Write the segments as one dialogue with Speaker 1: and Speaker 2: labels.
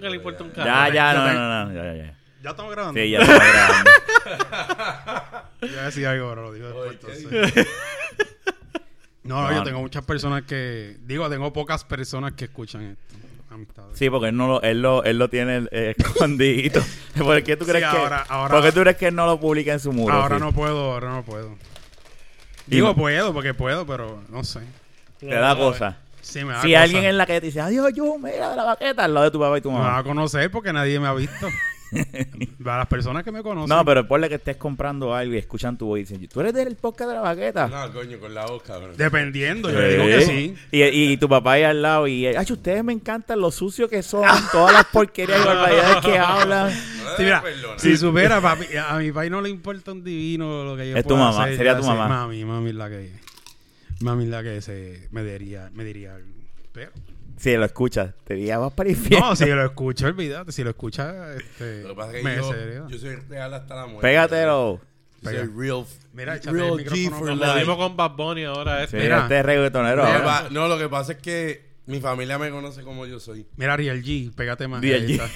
Speaker 1: que le importa un carajo.
Speaker 2: Ya, ya, no, no, no. Ya, ya, ya.
Speaker 3: Ya estamos grabando.
Speaker 2: Sí, ya está grabando.
Speaker 3: Yo voy a decir algo, pero lo digo después. entonces. No, no,
Speaker 2: No,
Speaker 3: yo
Speaker 2: no.
Speaker 3: tengo muchas personas que. Digo, tengo pocas personas que escuchan esto. Amistades.
Speaker 2: Sí, porque él, no lo, él, lo, él lo tiene eh, escondido. ¿Por qué tú
Speaker 3: Sí,
Speaker 2: crees que.?
Speaker 3: ahora- ahora-
Speaker 2: ¿Por qué tú crees que él no lo publica en su muro?
Speaker 3: ahora
Speaker 2: sí?
Speaker 3: no puedo, ahora no puedo.
Speaker 2: Dime.
Speaker 3: Digo, puedo, porque puedo, pero no sé.
Speaker 2: Te da cosa.
Speaker 3: Sí, me da
Speaker 2: Si
Speaker 3: cosa.
Speaker 2: alguien en la calle te dice, adiós, yo, mira de la baqueta, al lado de tu papá y tu
Speaker 3: Me va a
Speaker 2: mamá.
Speaker 3: conocer porque nadie me ha visto. a las personas que me conocen.
Speaker 2: No, pero ponle que estés comprando algo y escuchan tu voz y dicen, ¿tú eres del podcast de la baqueta?
Speaker 4: No, coño, con la voz, cabrón.
Speaker 3: Dependiendo, yo le digo que sí.
Speaker 2: Y, y tu papá ahí al lado y, ay, ustedes me encantan lo sucio que son, todas las porquerías y barbaridades que hablan.
Speaker 4: Ah,
Speaker 3: Sí, mira,
Speaker 4: perdona.
Speaker 3: si supiera, papi, a mi país no le importa un divino lo que yo
Speaker 2: Es tu
Speaker 3: pueda
Speaker 2: mamá,
Speaker 3: hacer,
Speaker 2: sería
Speaker 3: ya
Speaker 2: tu
Speaker 3: sé.
Speaker 2: mamá.
Speaker 3: Mami, mami es la que... Mami es la que se, me diría, me diría algo. Pero,
Speaker 2: Si lo escuchas, te diría, vas para el infierno.
Speaker 3: no, si lo escucha, olvídate. Si lo escucha, este...
Speaker 4: Lo que pasa es
Speaker 3: me
Speaker 4: que yo,
Speaker 3: desheredo.
Speaker 4: yo soy real hasta la muerte.
Speaker 2: Pégatelo.
Speaker 4: Yo soy real.
Speaker 3: Mira, échate el
Speaker 4: real G
Speaker 3: micrófono
Speaker 4: for
Speaker 3: como
Speaker 1: Lo
Speaker 4: life.
Speaker 1: mismo con Bad Bunny ahora. eh. Es
Speaker 2: Sí,
Speaker 3: Mira.
Speaker 2: este es reggaetonero.
Speaker 4: Lo que
Speaker 2: ahora.
Speaker 4: pa- No, lo que pasa es que mi familia me conoce como yo soy.
Speaker 3: Mira, Riel G, pégate más.
Speaker 2: Riel
Speaker 3: Ahí
Speaker 2: G.
Speaker 3: está.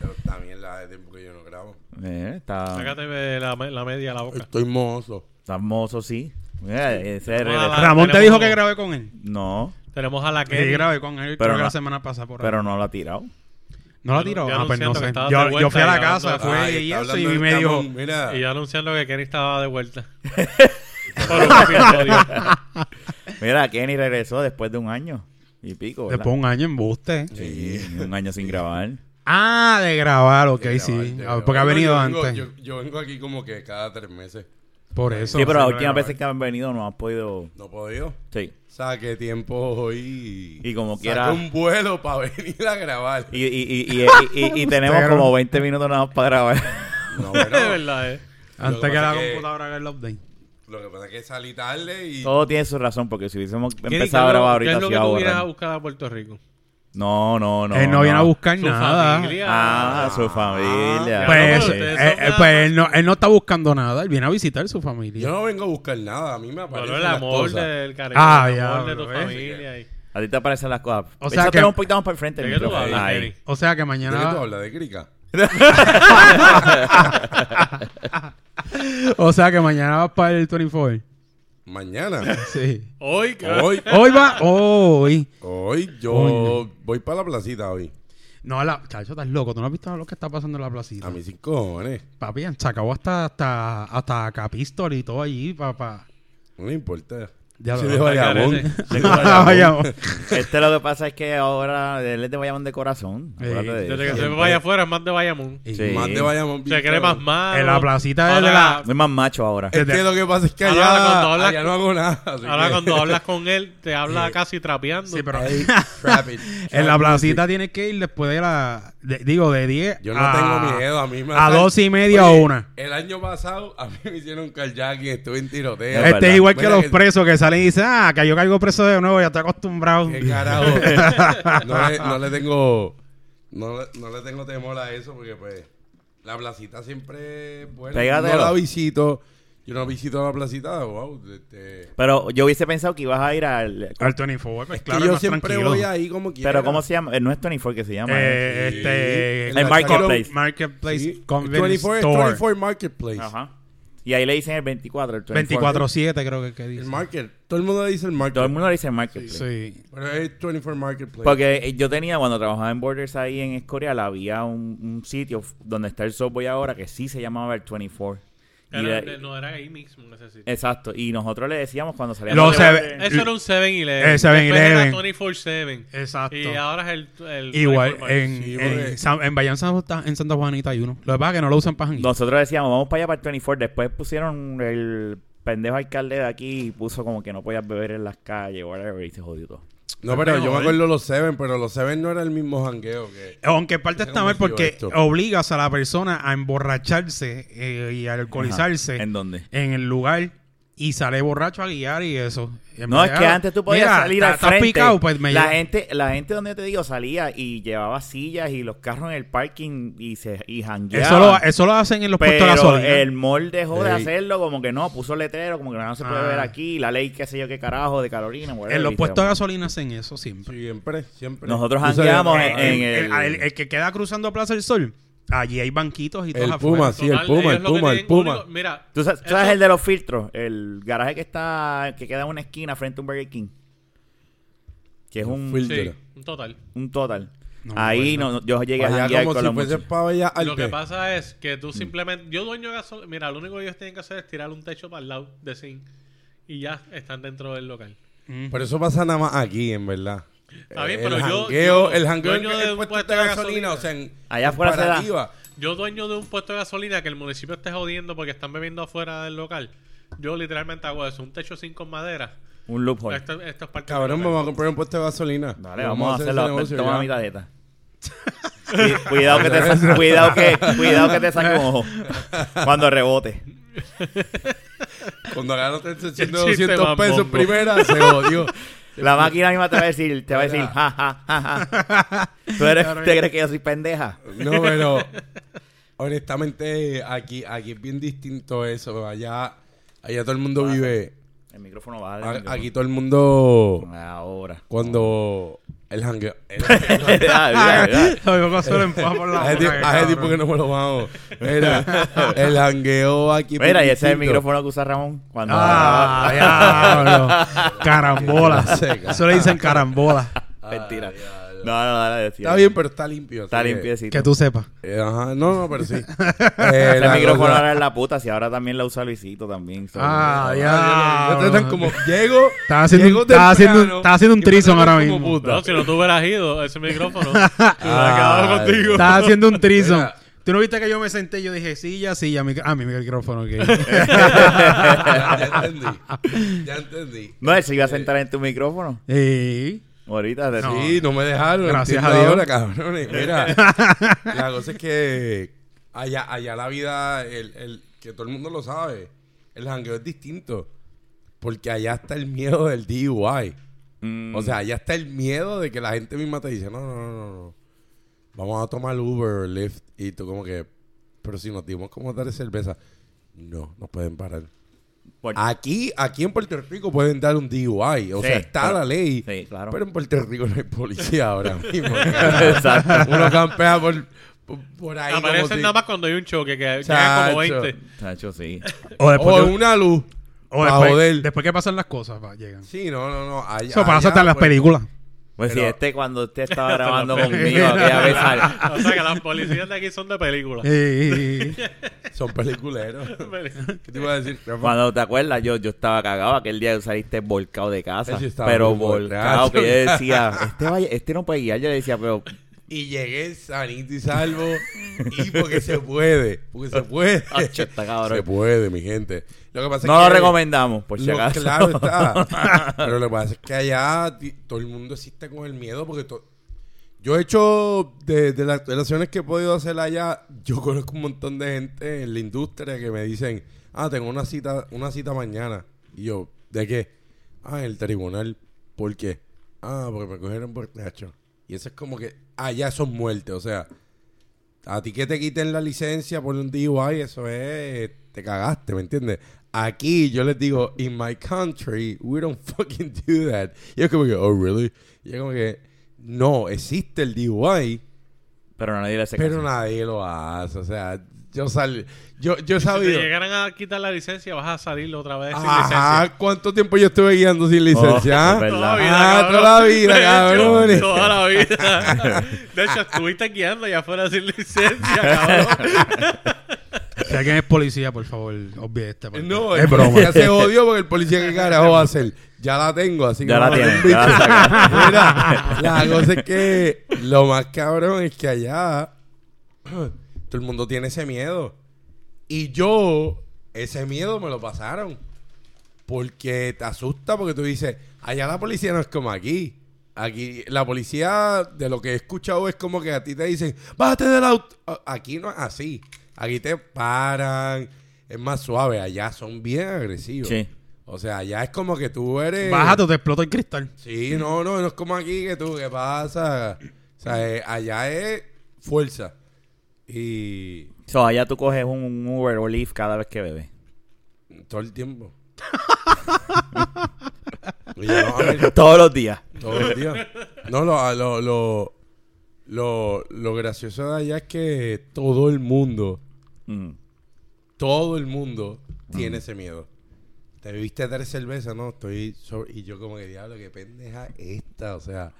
Speaker 4: Pero también la de tiempo que yo no grabo.
Speaker 2: Eh, está,
Speaker 1: Sácate la, la media de la boca.
Speaker 4: Estoy mozo.
Speaker 2: está hermoso, sí. Mira, ese es
Speaker 1: Vamos a
Speaker 2: regga-
Speaker 1: la-
Speaker 3: Ramón te
Speaker 1: tenemos-
Speaker 3: dijo que grabé con él.
Speaker 2: No,
Speaker 1: Tenemos a la
Speaker 3: Que
Speaker 1: que.
Speaker 3: grabé con
Speaker 2: Pero
Speaker 3: él, creo que
Speaker 2: no-
Speaker 3: la semana pasada por ahí.
Speaker 2: pero no lo ha tirado.
Speaker 3: ¿No la
Speaker 1: Ya-
Speaker 3: tiró?
Speaker 1: ya
Speaker 3: Ah, pues no
Speaker 1: anunciando que
Speaker 3: sé.
Speaker 1: estabas de
Speaker 3: Yo, yo
Speaker 1: vuelta
Speaker 3: fui a
Speaker 1: y
Speaker 3: la
Speaker 1: grabando
Speaker 3: casa,
Speaker 1: de-
Speaker 3: fue y
Speaker 4: Ay, está
Speaker 3: eso, y
Speaker 4: hablando del
Speaker 3: me dijo...
Speaker 4: Camón, Mira,
Speaker 1: Y ya anunciando que Kenny estaba de vuelta. Por un episodio.
Speaker 2: Mira, Kenny regresó después de un año y pico. ¿verdad?
Speaker 3: Después de un año embuste.
Speaker 2: Sí, un año sin grabar.
Speaker 3: Ah, de grabar, ok,
Speaker 4: de
Speaker 3: sí.
Speaker 4: grabar, de
Speaker 3: Ah,
Speaker 4: grabar.
Speaker 3: porque ha
Speaker 4: No,
Speaker 3: venido
Speaker 4: yo vengo-
Speaker 3: antes.
Speaker 4: Yo, yo vengo aquí como que cada tres meses.
Speaker 3: Por eso.
Speaker 2: sí, pero
Speaker 3: sí,
Speaker 2: las
Speaker 3: lo
Speaker 2: últimas
Speaker 3: grabé.
Speaker 2: veces que han venido no han podido.
Speaker 4: No puedo.
Speaker 2: Sí.
Speaker 4: Saqué tiempo hoy.
Speaker 2: Y como
Speaker 4: Saqué
Speaker 2: quiera-
Speaker 4: un vuelo para venir a grabar.
Speaker 2: Y, y, y, y, y- y- y tenemos
Speaker 3: Pero-
Speaker 2: como 20 minutos nada más para grabar.
Speaker 4: No, bueno,
Speaker 1: de verdad, eh.
Speaker 3: Antes
Speaker 4: Lo
Speaker 3: que,
Speaker 4: que
Speaker 3: la
Speaker 4: pasa es que-
Speaker 3: computadora haga el update.
Speaker 4: Lo que pasa es que salí tarde y...
Speaker 2: Todo tiene su razón, porque si hubiésemos
Speaker 1: Kenny,
Speaker 2: empezado a
Speaker 1: ¿qué es lo-
Speaker 2: grabar
Speaker 1: ¿Qué
Speaker 2: ahorita,
Speaker 1: es
Speaker 2: sí
Speaker 1: lo que
Speaker 2: iba a
Speaker 1: tú vienes
Speaker 2: borrar.
Speaker 1: a buscar a Puerto Rico?
Speaker 2: No, no, no.
Speaker 3: él no, viene a buscar
Speaker 1: Su
Speaker 3: nada.
Speaker 1: familia.
Speaker 2: Pues Ah, su
Speaker 1: Ah,
Speaker 2: familia.
Speaker 1: Ya,
Speaker 3: Pues,
Speaker 1: no, pero
Speaker 3: eh,
Speaker 1: ustedes
Speaker 3: eh,
Speaker 1: son nada.
Speaker 3: pues él, no, él no está buscando nada. Él viene a visitar su
Speaker 4: Yo
Speaker 3: familia.
Speaker 4: no vengo a buscar nada. A mí me aparecen
Speaker 1: Bueno, el
Speaker 4: las
Speaker 1: amor
Speaker 4: cosas.
Speaker 1: del cariño,
Speaker 3: Ah,
Speaker 1: el
Speaker 3: ya,
Speaker 1: amor de tu
Speaker 3: bro, eh.
Speaker 1: familia. y-
Speaker 2: A ti te aparecen las cosas.
Speaker 3: O
Speaker 2: O
Speaker 3: sea
Speaker 2: sea,
Speaker 3: que-
Speaker 2: un poquito más para el frente. el
Speaker 1: ¿De qué tú
Speaker 2: micrófono.
Speaker 1: hablas,
Speaker 2: Ahí.
Speaker 1: Kenny?
Speaker 3: O sea que
Speaker 4: ¿De qué tú
Speaker 3: mañana.
Speaker 4: hablas? ¿De crica?
Speaker 3: O sea que mañana vas para el 24.
Speaker 4: Mañana.
Speaker 3: Sí.
Speaker 1: Hoy, que-
Speaker 4: hoy,
Speaker 3: Hoy va. Hoy.
Speaker 4: hoy yo voy para la placita hoy.
Speaker 3: No, la, chacho, estás loco. Tú no has visto lo que está pasando en la placita.
Speaker 4: A mis cinco cojones.
Speaker 3: Papi, han sacado hasta, hasta, hasta Capistol y todo allí, papá.
Speaker 4: No me importa.
Speaker 3: Ya
Speaker 4: Soy
Speaker 3: lo-
Speaker 4: de
Speaker 3: lo
Speaker 4: Bayamón.
Speaker 1: carece.
Speaker 4: Soy de Bayamón.
Speaker 3: Vayamos.
Speaker 2: Este lo que pasa es que ahora él es de Bayamón de corazón. Acuérdate de
Speaker 1: desde que
Speaker 2: eso.
Speaker 1: se vaya afuera, es más de Bayamón.
Speaker 2: Sí.
Speaker 4: Más de Bayamón.
Speaker 1: Se cree más mal.
Speaker 3: En la placita de
Speaker 1: Ahora-
Speaker 3: la-
Speaker 2: No es más macho ahora.
Speaker 3: Eh.
Speaker 4: Es que lo que pasa es que
Speaker 1: Ahora
Speaker 4: allá,
Speaker 1: cuando hablas-
Speaker 4: allá no hago nada. así
Speaker 1: Ahora
Speaker 4: que-
Speaker 1: cuando hablas con él, te habla casi trapeando.
Speaker 3: Sí, pero-
Speaker 4: Ay, trap it,
Speaker 3: En la
Speaker 4: trap it.
Speaker 3: placita tienes que ir después de la. de- digo, de 10.
Speaker 4: Yo no
Speaker 3: a-
Speaker 4: tengo miedo. A mí me
Speaker 3: A
Speaker 4: asaltan-
Speaker 3: dos y media
Speaker 4: Oye,
Speaker 3: o una.
Speaker 4: El año pasado a mí me hicieron carjacking. Estuve en tiroteo.
Speaker 2: es
Speaker 3: Este
Speaker 2: verdad.
Speaker 3: es igual que
Speaker 4: Mira
Speaker 3: los
Speaker 4: que-
Speaker 3: presos que salen y dicen, ah, que yo caigo preso de nuevo, ya estoy acostumbrado.
Speaker 4: ¿Qué carajo? No le, no le tengo. No, le- no le tengo temor a eso porque, pues. La placita siempre. es buena.
Speaker 2: Pégatelo.
Speaker 4: no la visito. Yo no visito la placita. Wow. este,
Speaker 2: Pero yo hubiese pensado que ibas a ir al...
Speaker 3: Al 24, pues claro,
Speaker 4: que yo
Speaker 3: más
Speaker 4: siempre
Speaker 3: tranquilo.
Speaker 4: voy ahí como quiera.
Speaker 2: Pero ¿cómo se llama? Eh, No es 24 que se llama. ¿eh?
Speaker 3: Eh,
Speaker 4: Sí.
Speaker 3: Este.
Speaker 4: En
Speaker 2: El
Speaker 4: la
Speaker 2: marketplace.
Speaker 3: Marketplace
Speaker 4: Sí.
Speaker 3: Convenience
Speaker 4: 24, es
Speaker 3: Store.
Speaker 4: 24 Marketplace.
Speaker 2: Ajá. Y ahí le dicen el 24. El 24.
Speaker 3: 24-7 creo que, que dice.
Speaker 4: El market. Todo el mundo dice el market.
Speaker 2: Todo el mundo le dice marketplace.
Speaker 3: Sí.
Speaker 4: Pero es 24 Marketplace.
Speaker 2: Porque eh, yo tenía, cuando trabajaba en Borders ahí en Escorial, había un, un sitio f- donde está el Subway ahora que sí se llamaba el 24. Y Eh,
Speaker 1: Era-
Speaker 2: de-
Speaker 1: no era ahí mismo en ese sitio.
Speaker 2: exacto. Y nosotros le decíamos cuando
Speaker 3: Lo
Speaker 2: salíamos... de-
Speaker 3: se-
Speaker 1: Eso era un 7-Eleven.
Speaker 3: El 7-Eleven.
Speaker 1: Después era 24-7.
Speaker 3: Exacto.
Speaker 1: Y ahora es el. el
Speaker 3: Igual,
Speaker 1: 24.
Speaker 3: en,
Speaker 4: Sí,
Speaker 3: en,
Speaker 4: porque-
Speaker 3: San- en Bayamón San- en Santa Juanita hay uno. Lo que pasa es que no lo usan para janguear.
Speaker 2: Nosotros decíamos, vamos para allá para el 24. Después pusieron el pendejo alcalde de aquí y puso como que no podías beber en las calles, whatever, y se jodió todo.
Speaker 4: No, pero yo me
Speaker 3: Mejor.
Speaker 4: acuerdo los Seven, pero los Seven no era el mismo jangueo que.
Speaker 3: Aunque en parte
Speaker 4: Ese
Speaker 3: está mal
Speaker 4: comercio
Speaker 3: porque
Speaker 4: esto.
Speaker 3: obligas a la persona a emborracharse eh, y a alcoholizarse
Speaker 2: Ajá. ¿En dónde?
Speaker 3: en el lugar y sale borracho a guiar y eso. Y en
Speaker 2: No, es
Speaker 3: vez de,
Speaker 2: que
Speaker 3: "Ah,
Speaker 2: antes tú podías
Speaker 3: mira,
Speaker 2: salir
Speaker 3: ta-
Speaker 2: al
Speaker 3: estás
Speaker 2: frente.
Speaker 3: picado, pues me
Speaker 2: la
Speaker 3: llevo".
Speaker 2: gente, la gente donde te digo salía y llevaba sillas y los carros en el parking y se y jangueaba.
Speaker 3: eso, lo, eso lo hacen en los puestos de
Speaker 2: pero
Speaker 3: gasolina.
Speaker 2: el mall dejó de
Speaker 4: Ey.
Speaker 2: hacerlo como que no, puso letrero como que no se puede
Speaker 3: Ah.
Speaker 2: ver aquí, la ley qué sé yo qué carajo de calorina, whatever,
Speaker 3: en los
Speaker 2: y
Speaker 3: puestos de
Speaker 2: se-
Speaker 3: gasolina hacen eso siempre.
Speaker 4: Siempre, siempre.
Speaker 2: Nosotros
Speaker 4: Tú sabes,
Speaker 2: jangueamos en-
Speaker 4: eh,
Speaker 3: El,
Speaker 2: el-
Speaker 3: el- el que queda cruzando Plaza del Sol, allí hay banquitos y
Speaker 4: El
Speaker 3: todo
Speaker 4: Puma,
Speaker 3: afuera.
Speaker 4: sí. el Puma, el
Speaker 1: ellos lo que
Speaker 4: Puma, el
Speaker 1: tienen
Speaker 4: Puma.
Speaker 1: único- mira,
Speaker 2: ¿Tú sabes, tú sabes el de los filtros? El garaje que está que queda en una esquina frente a un Burger King. Que es un,
Speaker 4: Fui-
Speaker 1: Sí, un total.
Speaker 2: un total.
Speaker 3: No me
Speaker 2: Ahí no, yo llegué a
Speaker 4: Allá
Speaker 2: janguear
Speaker 4: pues, como
Speaker 2: con
Speaker 4: si
Speaker 2: los
Speaker 4: fuese
Speaker 2: muchachos.
Speaker 4: para Bellas
Speaker 1: Lo que
Speaker 4: Artes.
Speaker 1: pasa es que
Speaker 4: Mm.
Speaker 1: tú simplemente. Yo, dueño de gasolina. Mira, lo único que ellos tienen que hacer es tirar un techo para el lado de zinc. Y ya están dentro del local.
Speaker 4: Mm. Pero eso pasa nada más aquí, en verdad.
Speaker 1: Está bien,
Speaker 4: Eh,
Speaker 1: pero
Speaker 4: el
Speaker 1: yo-
Speaker 4: jangueo-
Speaker 1: yo-
Speaker 4: el jangueo
Speaker 1: dueño
Speaker 4: en-
Speaker 1: de
Speaker 4: en
Speaker 1: un
Speaker 4: puestos
Speaker 1: puesto
Speaker 4: de
Speaker 1: de
Speaker 4: gasolina,
Speaker 1: gasolina.
Speaker 4: o sea, en
Speaker 2: Allá afuera se da.
Speaker 4: comparativa.
Speaker 1: Yo, dueño de un puesto de gasolina que el municipio esté jodiendo porque están bebiendo afuera del local. Yo literalmente hago eso. Un techo zinc con madera.
Speaker 2: Un loophole.
Speaker 1: Esto, esto es parte del
Speaker 4: Cabrón, me
Speaker 1: local.
Speaker 4: voy a comprar un puesto de gasolina.
Speaker 2: Dale, vamos, a
Speaker 4: ese
Speaker 2: hacerlo.
Speaker 4: negocio,
Speaker 2: Toma
Speaker 4: ya.
Speaker 2: mi tarjeta. Cu- cuidado que te sa- cuidado que cuidado que te saque un ojo cuando rebote.
Speaker 4: Cuando agarro 300,
Speaker 1: El chiste
Speaker 4: 200
Speaker 1: más
Speaker 4: pesos
Speaker 1: bombo.
Speaker 4: primera, se jodió.
Speaker 2: La máquina misma te va a decir, te va a decir, ja, ja, ja, ja. ¿Tú eres, te crees que yo soy pendeja?
Speaker 4: No, pero honestamente aquí, aquí es bien distinto eso. Allá, allá todo el mundo vive.
Speaker 2: El micrófono va
Speaker 4: A- Aquí todo el mundo
Speaker 2: Ahora.
Speaker 4: cuando el jangueo. el-
Speaker 2: Mira, mira, mira.
Speaker 3: Lo veo que se lo empuja por la
Speaker 4: A ese tipo-
Speaker 3: boca,
Speaker 4: a ese tipo
Speaker 3: cabrón.
Speaker 4: que no me lo bajo. Mira, el jangueo aquí. es bien
Speaker 2: Mira, y ese es el
Speaker 4: distinto.
Speaker 2: micrófono que usa Ramón cuando
Speaker 3: Ah, diablo. Carambolas.
Speaker 4: Seca.
Speaker 3: Eso le dicen carambolas.
Speaker 2: mentira. No, no, dale, decía.
Speaker 4: Está bien, pero está limpio.
Speaker 2: Está
Speaker 4: así que-
Speaker 2: limpiecito.
Speaker 3: Que tú sepas.
Speaker 4: Eh, Ajá, no, no, pero sí. Eh,
Speaker 2: Ese
Speaker 4: la
Speaker 2: micrófono
Speaker 4: cosa-
Speaker 2: ahora es la puta, si ahora también la usa Luisito también. so-
Speaker 3: Ah, ya.
Speaker 4: Ah, yo- yo- yo tratan como, llego.
Speaker 3: Estaba haciendo
Speaker 4: llego
Speaker 3: un- estaba
Speaker 4: temprano,
Speaker 3: haciendo un- estaba haciendo un
Speaker 4: y me
Speaker 3: trison
Speaker 4: tratan
Speaker 3: ahora
Speaker 4: como
Speaker 3: mismo.
Speaker 4: puta.
Speaker 1: No, si no tú hubieras ido a ese micrófono, te hubieras quedado
Speaker 3: Ah,
Speaker 1: contigo.
Speaker 3: Estaba haciendo un trison.
Speaker 4: Mira.
Speaker 3: ¿Tú no viste que yo me senté y yo dije, silla, silla, mi... Ah, mi micrófono aquí.
Speaker 4: ya entendí. Ya entendí.
Speaker 2: No, él se iba a sentar en tu micrófono.
Speaker 3: Sí.
Speaker 2: Ahorita te
Speaker 3: No.
Speaker 4: Sí, no me dejaron.
Speaker 3: Gracias
Speaker 4: entiendo
Speaker 3: a Dios.
Speaker 4: Ahora, cabrones. Mira, la cosa es que allá, allá la vida, el, el, que todo el mundo lo sabe, el jangueo es distinto. Porque allá está el miedo del DUI.
Speaker 2: Mm.
Speaker 4: O sea, allá está el miedo de que la gente misma te dice, no, no, no, no, no. Vamos a tomar Uber, Lyft. Y tú como que, pero si nos dimos como dar cerveza. No, no pueden parar.
Speaker 2: Por-
Speaker 4: Aquí, aquí en Puerto Rico pueden dar un DUI. O
Speaker 2: Sí,
Speaker 4: sea, está
Speaker 2: pero-
Speaker 4: la ley.
Speaker 2: sí, claro.
Speaker 4: Pero en Puerto Rico no hay policía ahora mismo.
Speaker 2: Exacto.
Speaker 4: Uno campea por, por, por ahí. como
Speaker 1: Aparecen
Speaker 4: si-
Speaker 1: nada más cuando hay un choque que llegan
Speaker 4: Chacho.
Speaker 1: como 20.
Speaker 2: Chacho, sí.
Speaker 3: O después,
Speaker 4: O
Speaker 3: que,
Speaker 4: una luz.
Speaker 3: o
Speaker 4: pa'
Speaker 3: después,
Speaker 4: joder.
Speaker 3: después que pasan las cosas, va, llegan.
Speaker 4: Sí, no, no, no. Allá,
Speaker 3: Eso pasa hasta
Speaker 4: allá,
Speaker 3: en las
Speaker 4: pues,
Speaker 3: películas.
Speaker 2: Pues si
Speaker 4: Pero-
Speaker 2: este cuando usted estaba grabando conmigo aquella vez al-
Speaker 1: O sea que las policías de aquí son de película.
Speaker 3: Sí.
Speaker 4: Son peliculeros. ¿Qué te iba a decir? Rafa?
Speaker 2: Cuando te acuerdas, yo, yo estaba cagado aquel día que saliste volcado de casa.
Speaker 4: Ese estaba
Speaker 2: Pero
Speaker 4: muy
Speaker 2: volcado,
Speaker 4: borracho.
Speaker 2: que yo decía, este, vaya- este no puede guiar. Yo le decía, pero
Speaker 4: Y llegué sanito y salvo. y porque se puede. Porque se puede.
Speaker 2: Acho, está cabrón.
Speaker 4: Se puede, mi gente. Lo que pasa
Speaker 2: no
Speaker 4: es
Speaker 2: lo
Speaker 4: que-
Speaker 2: recomendamos, por si
Speaker 4: Lo-
Speaker 2: acaso.
Speaker 4: Claro está. Pero lo que pasa es que allá ti- todo el mundo existe con el miedo porque to- yo he hecho de, de las relaciones que he podido hacer allá, yo conozco un montón de gente en la industria que me dicen, ah, tengo una cita, una cita mañana. Y yo, ¿de qué? Ah, en el tribunal. ¿Por qué? Ah, porque me cogieron borracho. Y eso es como que allá son muertes, o sea, a ti que te quiten la licencia por un DUI, eso es. Te cagaste, ¿me entiendes? Aquí yo les digo, in my country, we don't fucking do that. Y es como que, oh, really? Y es como que, no, existe el DUI,
Speaker 2: Pero nadie le hace
Speaker 4: pero
Speaker 2: caso.
Speaker 4: nadie lo hace. O sea, yo sal, yo, yo he
Speaker 1: Si te
Speaker 4: sabido.
Speaker 1: llegaran a quitar la licencia, vas a salir otra vez sin licencia.
Speaker 4: Ajá, ¿cuánto tiempo yo estuve guiando sin licencia?
Speaker 2: es verdad.
Speaker 1: Toda la vida,
Speaker 4: Ah,
Speaker 1: cabrón.
Speaker 4: toda la vida,
Speaker 1: De
Speaker 4: cabrones.
Speaker 1: hecho, Toda la vida. De hecho, estuviste guiando allá afuera sin licencia, cabrón.
Speaker 3: Si alguien es policía, por favor, obvie esta parte.
Speaker 4: Eh, No, el policía se odió porque el policía que carajo va a hacer. Ya la tengo, así que
Speaker 2: Ya
Speaker 4: no
Speaker 2: la
Speaker 4: me
Speaker 2: tienen,
Speaker 4: den bicho.
Speaker 2: ya la sacaron.
Speaker 4: Mira, la cosa es que lo más cabrón es que allá todo el mundo tiene ese miedo. Y yo, ese miedo me lo pasaron. Porque te asusta, porque tú dices, allá la policía no es como aquí. Aquí, la policía, de lo que he escuchado, es como que a ti te dicen, bájate del auto. A- Aquí no es así. Aquí te paran. Es más suave. Allá son bien agresivos.
Speaker 2: Sí.
Speaker 4: O sea, allá es como que tú eres.
Speaker 3: Bájate o te explota el cristal.
Speaker 4: Sí, no, no, no es como aquí que tú, ¿qué pasa? O sea, eh, allá es fuerza. Y
Speaker 2: So, allá tú coges un Uber o Lyft cada vez que bebes.
Speaker 4: todo el tiempo. Y ya no, a mí,
Speaker 2: Todos los días.
Speaker 4: todo el día. No, lo, lo, lo, lo, lo gracioso de allá es que todo el mundo,
Speaker 2: Mm.
Speaker 4: todo el mundo tiene ese miedo. Te bebiste tres cervezas, ¿no? Estoy sobre- Y yo como que, diablo, qué pendeja esta, o sea...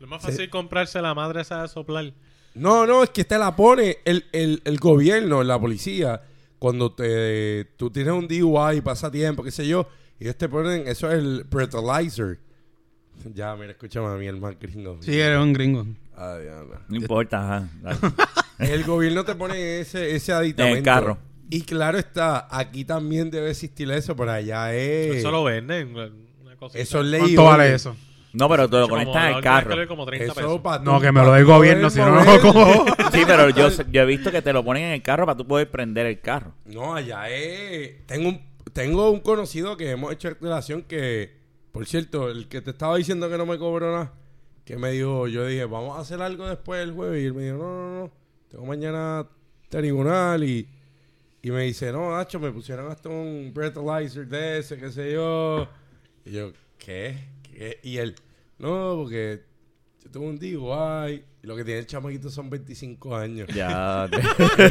Speaker 1: Lo más
Speaker 4: Sí.
Speaker 1: fácil es comprarse la madre esa de soplar.
Speaker 4: No, no, es que te la pone el, el, el gobierno, la policía, cuando te, tú tienes un DUI, pasa tiempo, qué sé yo, y ellos te ponen, eso es el breathalyzer. Ya, mira, escúchame a mí, el más gringo.
Speaker 3: Sí, eres un gringo.
Speaker 4: Ay, Diana.
Speaker 2: No importa, ajá. Dale.
Speaker 4: El gobierno te pone ese, ese aditamento.
Speaker 2: En el carro.
Speaker 4: Y claro está, aquí también debe existir eso, pero allá es...
Speaker 1: Eso lo venden. Una cosita.
Speaker 4: Eso es ley.
Speaker 3: ¿Cuánto vale eso?
Speaker 2: No, pero te lo
Speaker 1: Como
Speaker 2: conectas
Speaker 1: la
Speaker 2: al
Speaker 1: última vez
Speaker 2: carro.
Speaker 1: que lo vi como 30
Speaker 4: Eso
Speaker 1: pesos.
Speaker 4: pa'
Speaker 3: No,
Speaker 4: tú-
Speaker 3: que me lo
Speaker 4: pa'
Speaker 3: dé el
Speaker 4: tú
Speaker 3: gobierno,
Speaker 4: poder
Speaker 3: si no, no
Speaker 4: mover.
Speaker 3: lo cojo.
Speaker 2: Sí, pero yo, yo he visto que te lo ponen en el carro para tú poder prender el carro.
Speaker 4: No, allá es. Tengo un, tengo un conocido que hemos hecho relación que, por cierto, el que te estaba diciendo que no me cobró nada, que me dijo, yo dije, vamos a hacer algo después del jueves. Y él me dijo, no, no, no, tengo mañana tribunal y, y me dice, no, Nacho, me pusieron hasta un breathalyzer de ese, qué sé yo. Y yo, ¿qué? ¿Qué? Y él, no, porque yo tengo un DUI. Y lo que tiene el chamaquito son 25 años.
Speaker 2: Ya.
Speaker 4: Y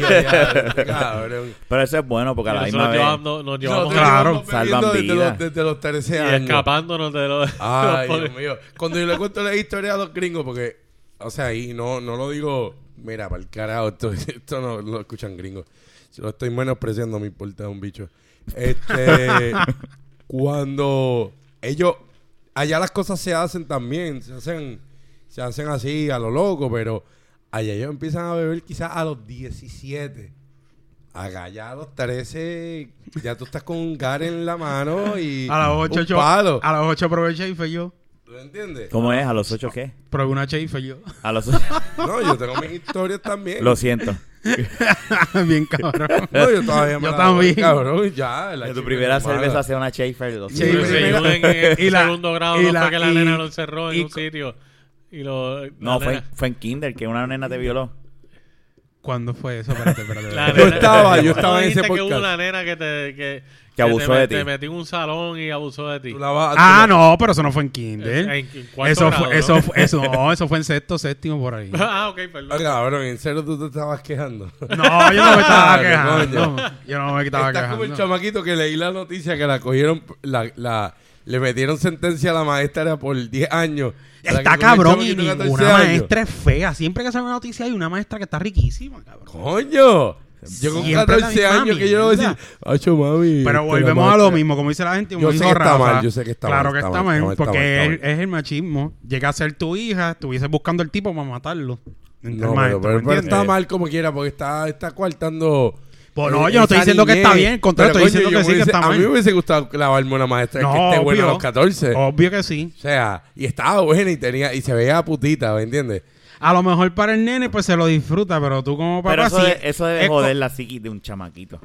Speaker 4: yo, "Ya, cabrón.
Speaker 2: pero eso es bueno porque a la
Speaker 1: Y
Speaker 2: misma
Speaker 1: nosotros
Speaker 2: vez.
Speaker 1: llevando- nos llevamos
Speaker 4: Nosotros
Speaker 3: Claro.
Speaker 4: llevamos bebiendo
Speaker 2: Salvan
Speaker 4: desde
Speaker 2: vidas.
Speaker 4: los, desde los 13
Speaker 1: y
Speaker 4: años.
Speaker 1: escapándonos de los.
Speaker 4: Ay, Ah, Dios mío. Cuando yo le cuento la historia a los gringos, porque, o sea, y no, no lo digo, mira, para el carajo, esto, esto no lo escuchan gringos. Si lo estoy menospreciando, me importa un bicho. Este, cuando ellos, allá las cosas se hacen también, se hacen, se hacen así a lo loco, pero allá ellos empiezan a beber quizás a los 17. Acá ya a los 13, ya tú estás con un gar en la mano y
Speaker 3: A las
Speaker 4: un
Speaker 3: 8, yo-
Speaker 4: palo.
Speaker 3: a las 8 probé Cheife yo.
Speaker 4: ¿Lo entiendes?
Speaker 2: ¿Cómo es? ¿A los ocho qué?
Speaker 3: Probé una Cheife yo.
Speaker 2: A los
Speaker 4: No, yo tengo mis historias también.
Speaker 2: Lo siento.
Speaker 3: Bien cabrón.
Speaker 4: No, yo todavía me
Speaker 3: Yo
Speaker 4: la
Speaker 3: también.
Speaker 4: doy, cabrón, ya. la
Speaker 2: De tu
Speaker 4: chica
Speaker 2: primera
Speaker 4: es mala.
Speaker 2: cerveza hacia una Schaefer. Lo
Speaker 3: Sí,
Speaker 1: Sí,
Speaker 2: siento.
Speaker 1: sí,
Speaker 3: primera-
Speaker 1: uno en, en
Speaker 3: y la-
Speaker 1: segundo grado
Speaker 3: y
Speaker 1: no
Speaker 3: la-
Speaker 1: fue que la
Speaker 3: y-
Speaker 1: nena lo encerró en
Speaker 3: y
Speaker 1: un
Speaker 3: co-
Speaker 1: sitio. Y lo,
Speaker 2: No,
Speaker 1: la
Speaker 2: fue,
Speaker 1: nena-
Speaker 2: fue en kinder que una nena te violó.
Speaker 3: ¿Cuándo fue eso? Espérate, espérate.
Speaker 1: la
Speaker 3: espérate.
Speaker 4: Yo
Speaker 1: nena-
Speaker 4: estaba, yo
Speaker 1: ¿no
Speaker 4: estaba en
Speaker 1: dijiste
Speaker 4: ese
Speaker 1: que hubo
Speaker 4: podcast.
Speaker 1: una nena que te, que,
Speaker 2: Que abusó
Speaker 1: te,
Speaker 2: de
Speaker 1: met-
Speaker 2: ti.
Speaker 1: Te metió en un salón y abusó de ti.
Speaker 4: Tú la vas-
Speaker 3: Ah,
Speaker 4: tú la-
Speaker 3: no, pero eso no fue en kinder.
Speaker 1: En- en cuarto
Speaker 3: eso,
Speaker 1: grado,
Speaker 3: fue,
Speaker 1: ¿no?
Speaker 3: eso, fue- eso, no, eso fue en sexto, séptimo, por ahí.
Speaker 1: ah, ok, perdón.
Speaker 4: Ah, cabrón, en serio tú te estabas quejando.
Speaker 3: No, yo no me estaba
Speaker 4: Claro,
Speaker 3: quejando. Yo no me estaba
Speaker 4: Estás como el
Speaker 3: quejando.
Speaker 4: chamaquito que leí la noticia que la cogieron, la, la, le metieron sentencia a la maestra por 10 años. La
Speaker 3: Está
Speaker 4: que cogió el
Speaker 3: cabrón y
Speaker 4: chamaquito de
Speaker 3: ninguna
Speaker 4: 14 años.
Speaker 3: maestra es fea. Siempre que sale una noticia hay una maestra que está riquísima, cabrón.
Speaker 4: ¡Coño! Yo con
Speaker 3: Siempre la
Speaker 4: 14
Speaker 3: misma
Speaker 4: años que yo no voy a decir, ¡Acho, mami!
Speaker 3: Pero
Speaker 4: este, la
Speaker 3: volvemos a lo
Speaker 4: maestra".
Speaker 3: mismo, como dice la gente. como
Speaker 4: Yo
Speaker 3: dijo
Speaker 4: sé que está
Speaker 3: Rafa.
Speaker 4: mal, yo sé que está
Speaker 3: Claro
Speaker 4: mal,
Speaker 3: que
Speaker 4: está
Speaker 3: está
Speaker 4: mal,
Speaker 3: mal,
Speaker 4: está mal, está
Speaker 3: porque
Speaker 4: mal, está
Speaker 3: es- Es, el machismo. Llega a ser tu hija, estuviese buscando el tipo para matarlo. Entonces,
Speaker 4: No,
Speaker 3: maestro, ¿me
Speaker 4: pero, pero- pero
Speaker 3: entiendes?
Speaker 4: está mal como quiera porque está, está coartando. eh,
Speaker 3: Pues no, yo no estoy
Speaker 4: esa
Speaker 3: diciendo que está bien, al contrario,
Speaker 4: Pero,
Speaker 3: estoy diciendo
Speaker 4: yo
Speaker 3: que sí,
Speaker 4: me
Speaker 3: que
Speaker 4: hubiese-
Speaker 3: está
Speaker 4: A
Speaker 3: mal.
Speaker 4: mí me hubiese gustado clavarme una maestra que esté buena a los 14.
Speaker 3: Obvio Oh. que sí.
Speaker 4: O sea, y estaba buena y tenía y se veía putita, ¿me entiendes?
Speaker 3: A lo mejor para el nene, pues se lo disfruta, pero tú como
Speaker 2: Pero
Speaker 3: papá
Speaker 2: eso,
Speaker 3: sí.
Speaker 2: de- eso debe
Speaker 3: es co-
Speaker 2: joder la psiquis de un chamaquito.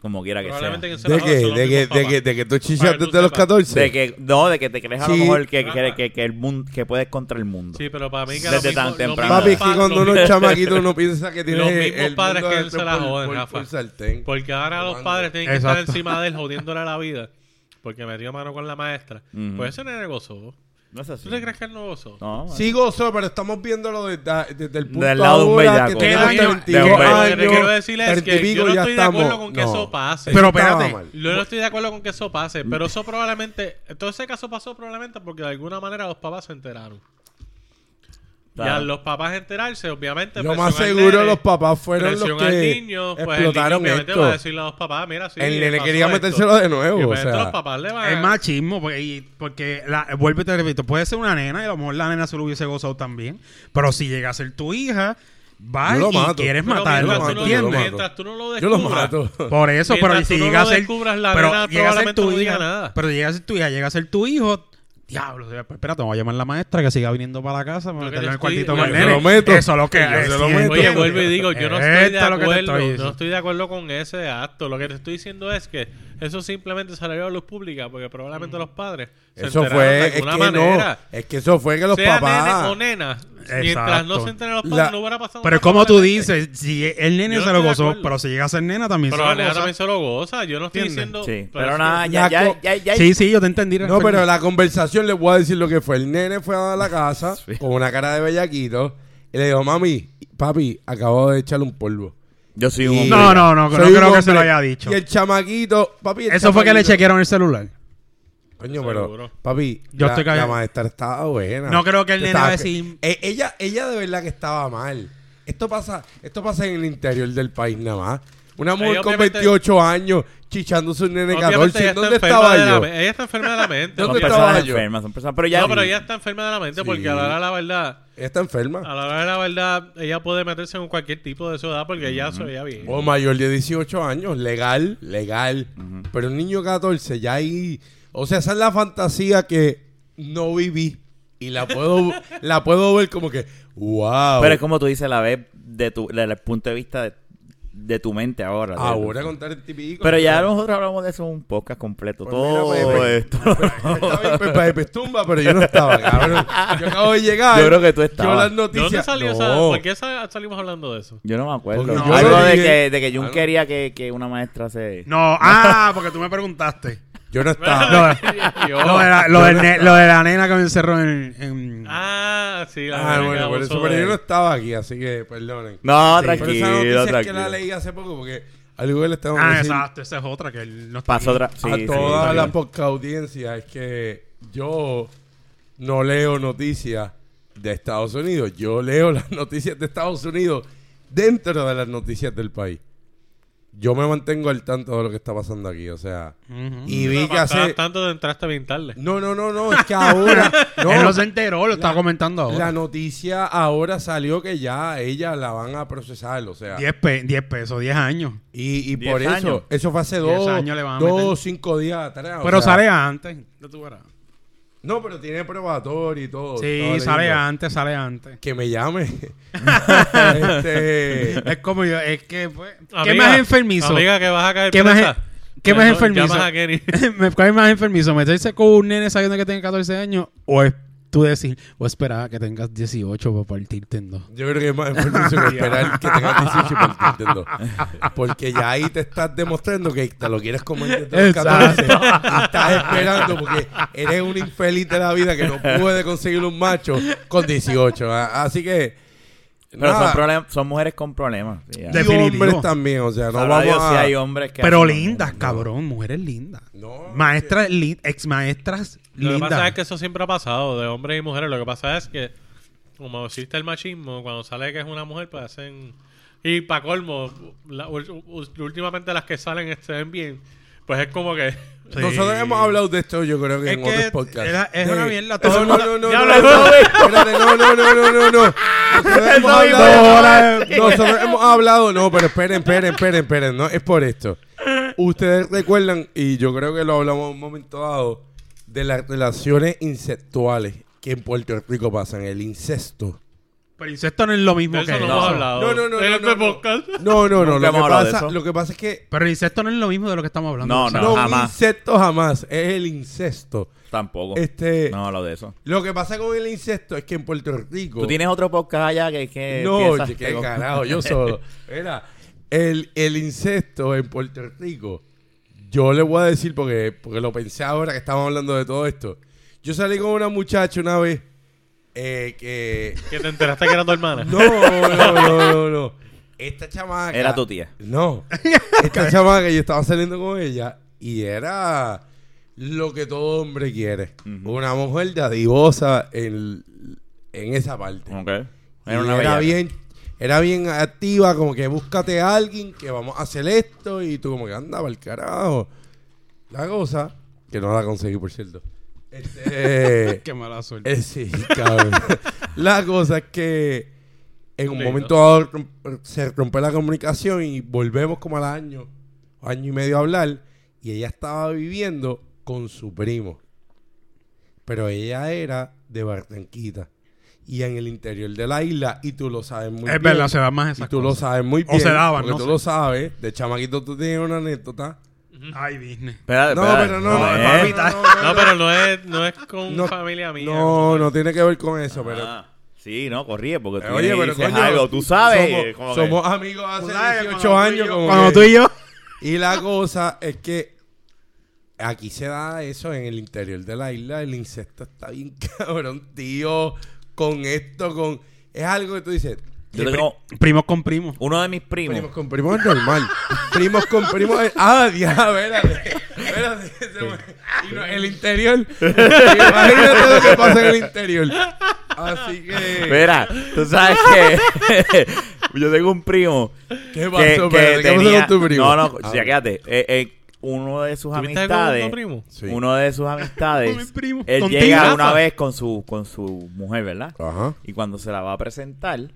Speaker 2: Como quiera que sea.
Speaker 1: Probablemente en ese
Speaker 4: De
Speaker 1: lado
Speaker 4: que,
Speaker 1: son los
Speaker 4: de que,
Speaker 1: mismos
Speaker 4: de que,
Speaker 1: papás.
Speaker 4: de que tú
Speaker 1: Para
Speaker 4: chichas
Speaker 1: que tú
Speaker 4: desde los
Speaker 1: sepas.
Speaker 4: 14.
Speaker 2: De que, no, de que te crees a lo
Speaker 4: Sí.
Speaker 2: mejor que, que, que- que el mundo, que puedes contra el mundo.
Speaker 1: Sí, pero para mí que
Speaker 2: Desde
Speaker 1: lo mismo-
Speaker 2: tan
Speaker 1: lo
Speaker 2: temprano.
Speaker 1: mismo
Speaker 4: Papi, es
Speaker 1: pa-
Speaker 4: que cuando
Speaker 1: lo
Speaker 4: uno es
Speaker 1: mismo-
Speaker 4: chamaquito uno piensa que tiene
Speaker 1: Los mismos
Speaker 4: el
Speaker 1: padres
Speaker 4: mundo
Speaker 1: que
Speaker 4: adentro
Speaker 1: se la
Speaker 4: por-
Speaker 1: joden,
Speaker 4: por-
Speaker 1: Rafa.
Speaker 4: por sartén.
Speaker 1: Porque ahora los
Speaker 4: Jugando.
Speaker 1: padres tienen que
Speaker 3: Exacto.
Speaker 1: estar encima de él jodiéndole la vida. Porque metió mano con la maestra.
Speaker 2: Ujú.
Speaker 1: Pues ese nene gozó.
Speaker 2: No es así.
Speaker 1: ¿Tú te crees que él no gozó?
Speaker 2: No,
Speaker 4: Sí gozo, pero estamos viéndolo desde, desde el punto
Speaker 2: Del lado de un
Speaker 4: ahora
Speaker 2: bellaco.
Speaker 4: que
Speaker 1: Que
Speaker 4: tenemos
Speaker 1: lo que-
Speaker 2: año-
Speaker 4: 32
Speaker 2: de un bellaco.
Speaker 1: lo que te quiero
Speaker 4: años,
Speaker 1: decir es que
Speaker 4: 30
Speaker 1: yo no
Speaker 4: ya
Speaker 1: estoy de acuerdo
Speaker 4: estamos.
Speaker 1: con que
Speaker 4: No.
Speaker 1: eso pase.
Speaker 3: Pero
Speaker 4: Estaba
Speaker 3: espérate,
Speaker 4: mal.
Speaker 1: Yo no estoy de acuerdo con que eso pase, pero eso probablemente, todo ese caso pasó probablemente porque de alguna manera los papás se enteraron.
Speaker 2: Claro.
Speaker 1: Y a los papás enterarse, obviamente.
Speaker 4: Lo
Speaker 1: presión
Speaker 4: más
Speaker 1: al
Speaker 4: seguro
Speaker 1: nene,
Speaker 4: los papás fueron los
Speaker 1: presión al
Speaker 4: que
Speaker 1: niño, pues, el niño
Speaker 4: explotaron
Speaker 1: obviamente va a
Speaker 4: esto.
Speaker 1: decirle a los papás, mira, sí,
Speaker 4: El nene
Speaker 1: pasó
Speaker 4: quería
Speaker 1: esto.
Speaker 4: metérselo de
Speaker 1: Y
Speaker 4: nuevo, o
Speaker 1: obviamente los
Speaker 4: sea.
Speaker 1: papás le van
Speaker 3: Es machismo, porque, y- porque la, vuelvo y te repito, puede ser una nena y a lo mejor la nena se lo hubiese gozado también, pero si llega a ser tu hija, vas
Speaker 4: Yo lo
Speaker 3: y
Speaker 4: mato.
Speaker 3: quieres
Speaker 1: Pero
Speaker 3: matarla,
Speaker 1: mientras
Speaker 3: ¿me
Speaker 1: tú no-
Speaker 3: entiendes?
Speaker 1: Mientras tú no lo
Speaker 4: Yo lo
Speaker 1: descubras.
Speaker 4: mato.
Speaker 3: Por eso,
Speaker 1: Mientras
Speaker 3: pero si
Speaker 1: tú no
Speaker 3: llega a
Speaker 1: lo
Speaker 3: ser
Speaker 1: descubras, la
Speaker 3: pero llega
Speaker 1: nena
Speaker 3: a ser
Speaker 1: probablemente
Speaker 3: tu
Speaker 1: no diga
Speaker 3: hija,
Speaker 1: nada.
Speaker 3: pero llega a ser tu hija, llega a ser tu hijo, Diablo, se- espera, tengo que llamar a la maestra que siga viniendo para la casa. Me
Speaker 1: Lo que
Speaker 3: meterlo
Speaker 1: yo
Speaker 3: en el cuartito
Speaker 1: estoy-
Speaker 3: con
Speaker 1: yo
Speaker 3: el
Speaker 1: se
Speaker 3: nene.
Speaker 4: lo meto.
Speaker 3: Eso es lo que
Speaker 4: Yo se lo
Speaker 3: sí,
Speaker 4: meto.
Speaker 3: entiendo.
Speaker 1: Oye, vuelvo y digo, yo no estoy
Speaker 3: Esto
Speaker 1: de
Speaker 3: es lo que te
Speaker 1: acuerdo,
Speaker 3: estoy diciendo.
Speaker 1: no estoy de acuerdo con ese acto. Lo que te estoy diciendo es que eso simplemente salió a luz pública porque
Speaker 3: Mm.
Speaker 1: probablemente los padres se
Speaker 4: Eso
Speaker 1: enteraron de
Speaker 4: fue, es que
Speaker 1: alguna manera.
Speaker 4: no, es que eso fue que los
Speaker 1: sea nene
Speaker 4: papás.
Speaker 1: o nena,
Speaker 3: Exacto.
Speaker 1: mientras no se enteren los padres,
Speaker 4: La-
Speaker 1: no hubiera pasado
Speaker 3: Pero
Speaker 1: nada
Speaker 3: es como tú
Speaker 1: probablemente.
Speaker 3: dices, si el nene
Speaker 1: Yo no
Speaker 3: se
Speaker 1: estoy
Speaker 3: lo
Speaker 1: de
Speaker 3: gozó,
Speaker 1: acuerdo.
Speaker 3: pero si llega a ser nena también
Speaker 1: Pero
Speaker 3: se
Speaker 1: la
Speaker 3: lo
Speaker 1: nena
Speaker 3: goza.
Speaker 1: también se lo goza. Yo no estoy
Speaker 3: ¿Entiendes?
Speaker 1: diciendo.
Speaker 2: Sí,
Speaker 1: pero
Speaker 2: pero
Speaker 1: eso-
Speaker 2: nada, ya,
Speaker 4: La
Speaker 2: ya,
Speaker 4: co-
Speaker 2: ya, ya,
Speaker 3: Sí, sí, yo te entendí.
Speaker 4: No, pero
Speaker 3: Fernan.
Speaker 4: la conversación les voy a decir lo que fue. El nene fue a la casa con una cara de bellaquito y le dijo, mami, papi, acabo de echarle un polvo.
Speaker 2: Yo soy un
Speaker 4: Y-
Speaker 2: hombre.
Speaker 3: No, no, no, no
Speaker 4: Soy un
Speaker 3: creo que
Speaker 4: hombre.
Speaker 3: se lo haya dicho.
Speaker 4: Y el chamaquito, papi. el
Speaker 3: Eso fue que le
Speaker 4: chamaquito-
Speaker 3: chequearon el celular.
Speaker 4: Coño, pero,
Speaker 1: Seguro.
Speaker 4: papi,
Speaker 3: Yo
Speaker 4: la,
Speaker 3: estoy callado.
Speaker 4: la maestra estaba buena.
Speaker 3: No creo que el nene
Speaker 4: Estaba-
Speaker 3: va a decir-
Speaker 4: Eh, ella, ella de verdad que estaba mal. Esto pasa, esto pasa en el interior del país nada más. Una mujer
Speaker 1: Ella
Speaker 4: con
Speaker 1: obviamente-
Speaker 4: 28 años, chichándose un nene de
Speaker 1: obviamente
Speaker 4: 14.
Speaker 1: ella está
Speaker 4: ¿Dónde
Speaker 1: enferma
Speaker 4: estaba
Speaker 1: de la
Speaker 4: yo?
Speaker 1: me- Ella está enferma de la mente.
Speaker 4: ¿Dónde
Speaker 2: Son
Speaker 1: obviamente.
Speaker 4: estaba
Speaker 2: personas
Speaker 4: yo?
Speaker 2: enfermas, son personas. Pero ya.
Speaker 1: No, pero ella está enferma de la mente
Speaker 4: Sí.
Speaker 1: porque a la hora de la verdad,
Speaker 4: Ella está enferma.
Speaker 1: a la hora de la verdad, ella puede meterse en cualquier tipo de ciudad porque ella se veía bien.
Speaker 4: O mayor de 18 años, legal, legal. Pero un niño de 14 ya ahí... O sea, esa es la fantasía que no viví. Y la puedo, la puedo ver como que, wow.
Speaker 2: Pero es como tú dices, la ves de tu, desde el punto de vista de, de tu mente ahora. de-
Speaker 4: Ahora contar el tipico.
Speaker 2: Pero ya nosotros hablamos de eso en un podcast completo.
Speaker 4: Pues mira,
Speaker 2: todo
Speaker 4: Pepe.
Speaker 2: esto.
Speaker 4: Está bien, Pepe, Pepe tumba, pero yo no estaba, cabrón. Yo acabo de llegar.
Speaker 2: Yo creo que tú
Speaker 4: Yo
Speaker 2: estabas.
Speaker 4: las
Speaker 1: ¿De
Speaker 4: noticias.
Speaker 1: dónde salió esa?
Speaker 4: No.
Speaker 1: ¿Por qué esa- salimos hablando de eso?
Speaker 2: Yo no me acuerdo.
Speaker 4: Porque
Speaker 3: yo
Speaker 2: Algo
Speaker 4: lo
Speaker 2: de
Speaker 4: dije-
Speaker 2: que, de que Jun
Speaker 4: Algo-
Speaker 2: quería que, que una maestra se.
Speaker 3: No, ah, porque tú me preguntaste.
Speaker 4: Yo no estaba.
Speaker 3: Lo,
Speaker 1: Yo-
Speaker 3: lo de, la, lo del ne- lo de la nena que me encerró en. en-
Speaker 1: Ah, sí. la
Speaker 4: Ah,
Speaker 1: nena
Speaker 4: bueno, por
Speaker 1: abusó
Speaker 4: eso. Pero
Speaker 1: de-
Speaker 4: yo no estaba aquí, así que perdonen.
Speaker 2: No,
Speaker 4: Pero esa
Speaker 2: tranquilo,
Speaker 4: noticia es que la
Speaker 2: tranquilo.
Speaker 4: leí hace poco porque algo que le estamos
Speaker 3: ah,
Speaker 4: diciendo
Speaker 3: exacto, esa es otra que él no está
Speaker 2: Pasó
Speaker 3: aquí.
Speaker 2: otra. Sí,
Speaker 4: a
Speaker 2: sí,
Speaker 4: toda
Speaker 2: sí.
Speaker 4: la poca audiencia es que yo no leo noticias de Estados Unidos. Yo leo las noticias de Estados Unidos dentro de las noticias del país. Yo me mantengo al tanto de lo que está pasando aquí, o sea.
Speaker 3: Ujú.
Speaker 4: Y
Speaker 1: Pero
Speaker 4: vi que
Speaker 1: pasabas
Speaker 4: hace...
Speaker 1: tanto de entraste bien tarde.
Speaker 4: No, no, no, no, es que ahora... no,
Speaker 3: Él no se enteró, lo estaba comentando
Speaker 4: la
Speaker 3: ahora.
Speaker 4: noticia ahora salió que ya a ella la van a procesar, o sea...
Speaker 3: 10 pe- 10 pesos, 10 años.
Speaker 4: Y, y
Speaker 2: Diez
Speaker 4: por eso,
Speaker 2: años.
Speaker 4: eso fue hace
Speaker 3: Diez
Speaker 4: dos,
Speaker 3: años le van a meter.
Speaker 4: dos cinco días atrás. o
Speaker 3: Pero
Speaker 4: sea,
Speaker 3: sale antes. ya tú verás.
Speaker 4: No, pero tiene probatorio y
Speaker 1: Oh,
Speaker 4: todo.
Speaker 3: Sí,
Speaker 4: Estaba
Speaker 3: sale
Speaker 4: leyendo.
Speaker 3: antes, sale antes.
Speaker 4: Que me llame. Este,
Speaker 3: Es como yo, es que. Pues, ¿Qué
Speaker 1: Amiga,
Speaker 3: más enfermizo?
Speaker 1: Amiga, que vas a caer
Speaker 3: ¿Qué más,
Speaker 1: presa.
Speaker 3: ¿qué más
Speaker 1: Llamo-
Speaker 3: enfermizo?
Speaker 1: llamas a Kenny.
Speaker 3: Me- ¿Cuál es más enfermizo? ¿Meterse con un nene sabiendo que tiene 14 años? ¿O es tú decir, o esperar a que tengas 18 para partirte en dos?
Speaker 4: yo creo que es más enfermizo que esperar que tengas 18 y partirte en dos. Porque ya ahí te estás demostrando que te lo quieres comer desde los 14. Y estás esperando porque eres un infeliz de la vida que no puede conseguir un macho con 18. A- Así que.
Speaker 2: Pero son,
Speaker 4: nada,
Speaker 2: problem- son mujeres con problemas. sí, ya.
Speaker 3: De-
Speaker 4: y
Speaker 3: Definitivo.
Speaker 4: hombres también, o sea, no
Speaker 2: Sabrá
Speaker 4: vamos
Speaker 2: Dios si
Speaker 4: a-
Speaker 2: hay hombres que
Speaker 3: Pero
Speaker 2: hacen lo
Speaker 3: lindas,
Speaker 2: mismo.
Speaker 3: cabrón. Mujeres lindas.
Speaker 4: No,
Speaker 3: Maestras, lin- ex maestras
Speaker 1: Lo que
Speaker 3: lindas.
Speaker 1: pasa es que eso siempre ha pasado de hombres y mujeres. Lo que pasa es que, como existe el machismo, cuando sale que es una mujer, pues hacen. Y para colmo, la- ul- ul- últimamente las que salen estén bien, pues es como que.
Speaker 3: Sí.
Speaker 4: Nosotros hemos hablado de esto, yo creo que
Speaker 3: Es
Speaker 4: en
Speaker 3: que
Speaker 4: otros podcasts.
Speaker 3: era- es
Speaker 4: Sí.
Speaker 3: una mierda, todo
Speaker 4: Eso
Speaker 3: el
Speaker 4: no,
Speaker 3: mundo-
Speaker 4: no, no,
Speaker 1: Ya
Speaker 4: no,
Speaker 1: habla-
Speaker 4: no, espérate, no, no, no, no, no, no. Nosotros hemos
Speaker 2: Eso iba a
Speaker 4: hablado, nosotros hemos hablado, no, pero esperen, esperen, esperen, esperen, no, es por esto. Ustedes recuerdan, y yo creo que lo hablamos en un momento dado, de las relaciones incestuales que en Puerto Rico pasan, el incesto.
Speaker 3: Pero incesto no es lo mismo
Speaker 1: de eso
Speaker 3: que
Speaker 1: no,
Speaker 3: eso.
Speaker 1: hemos hablado.
Speaker 4: No, no, no,
Speaker 1: En
Speaker 4: no,
Speaker 1: este
Speaker 4: no, no.
Speaker 1: podcast.
Speaker 4: No, no, no,
Speaker 2: Nunca
Speaker 4: lo que,
Speaker 2: hemos hablado de
Speaker 4: pasa,
Speaker 2: eso.
Speaker 4: lo que pasa es que
Speaker 3: Pero incesto no es lo mismo de lo que estamos hablando.
Speaker 2: No,
Speaker 3: O sea,
Speaker 4: no, un
Speaker 2: jamás.
Speaker 4: incesto jamás, es el incesto.
Speaker 2: Tampoco.
Speaker 4: Este,
Speaker 2: No, lo de eso.
Speaker 4: Lo que pasa con el incesto es que en Puerto Rico.
Speaker 2: Tú tienes otro podcast allá que. que
Speaker 4: no,
Speaker 2: piensas
Speaker 4: oye,
Speaker 2: que-
Speaker 4: qué carajo, yo solo. Mira, el, el incesto en Puerto Rico, yo le voy a decir porque, porque lo pensé ahora que estamos hablando de todo esto. Yo salí con una muchacha una vez eh, que.
Speaker 1: Que te enteraste que era tu hermana.
Speaker 4: No, no, no, no, no. Esta chamaca.
Speaker 2: Era tu tía.
Speaker 4: No. Esta chamaca, yo estaba saliendo con ella y era lo que todo hombre quiere. Una mujer dadivosa en, en esa parte.
Speaker 2: Ok.
Speaker 4: Y
Speaker 2: Era una bellaca.
Speaker 4: bien era bien activa, como que búscate a alguien que vamos a hacer esto y tú como que anda para el carajo. La cosa, que no la conseguí, por cierto. Este,
Speaker 3: Qué mala suerte.
Speaker 4: eh, sí, cabrón. la cosa es que en un
Speaker 1: Lindo.
Speaker 4: momento dado romp- se rompe la comunicación y volvemos como al año, año y medio a hablar. Y ella estaba viviendo con su primo. Pero ella era de Barranquita. Y en el interior de la isla, y tú lo sabes muy
Speaker 3: Es
Speaker 4: bien.
Speaker 3: verdad, se dan más esas
Speaker 4: Y tú lo
Speaker 3: cosas.
Speaker 4: sabes muy
Speaker 3: O
Speaker 4: bien.
Speaker 3: se daban,
Speaker 4: porque
Speaker 3: no
Speaker 4: tú
Speaker 3: sé.
Speaker 4: lo sabes. De chamaquito tú tienes una anécdota.
Speaker 3: Ay, Disney.
Speaker 2: Espérate,
Speaker 4: No,
Speaker 2: espérate.
Speaker 4: pero no, no,
Speaker 2: ¿eh?
Speaker 4: papi, no, no,
Speaker 1: No, pero no es, no es con
Speaker 4: No,
Speaker 1: familia mía.
Speaker 4: No, no tiene que ver con eso, pero.
Speaker 2: Ah, sí, no, corríe porque tú
Speaker 4: Eh, Oye,
Speaker 2: vienes y
Speaker 4: pero
Speaker 2: dices
Speaker 4: coño,
Speaker 2: algo, tú sabes. como
Speaker 4: Somos,
Speaker 2: que-
Speaker 4: somos amigos hace
Speaker 3: Tú sabes,
Speaker 4: 18
Speaker 3: cuando tú y
Speaker 4: años.
Speaker 3: yo-
Speaker 4: como
Speaker 3: cuando
Speaker 4: que-
Speaker 3: tú y yo.
Speaker 4: Y la cosa es que aquí se da eso en el interior de la isla. El insecto está bien cabrón, tío. Con esto, con. Es algo que tú dices.
Speaker 2: Yo tengo
Speaker 3: Primos con primos.
Speaker 2: uno de mis primos.
Speaker 4: Primos con primos es normal. primos con primos es. Ah, diablo, espérate. Espérate. se me- y no, el interior. Imagínate lo que pasa en el interior. Así que.
Speaker 2: Mira, tú sabes que yo tengo un primo
Speaker 4: ¿Qué
Speaker 2: que,
Speaker 4: pasó,
Speaker 2: que
Speaker 4: espérate? ¿Qué pasó
Speaker 2: tenía...
Speaker 4: con tu primo?
Speaker 2: No, no,
Speaker 4: Ah.
Speaker 2: ya quédate. Eh, eh, uno de sus
Speaker 1: ¿Tuviste algo con
Speaker 2: amistades,
Speaker 1: tu primo?
Speaker 4: Sí.
Speaker 2: uno de sus
Speaker 3: Con mi
Speaker 2: amistades,
Speaker 3: primo.
Speaker 2: él
Speaker 3: Contigo,
Speaker 2: llega
Speaker 3: Rafa.
Speaker 2: una vez con su con su mujer, ¿verdad?
Speaker 4: Ajá.
Speaker 2: Y cuando se la va a presentar,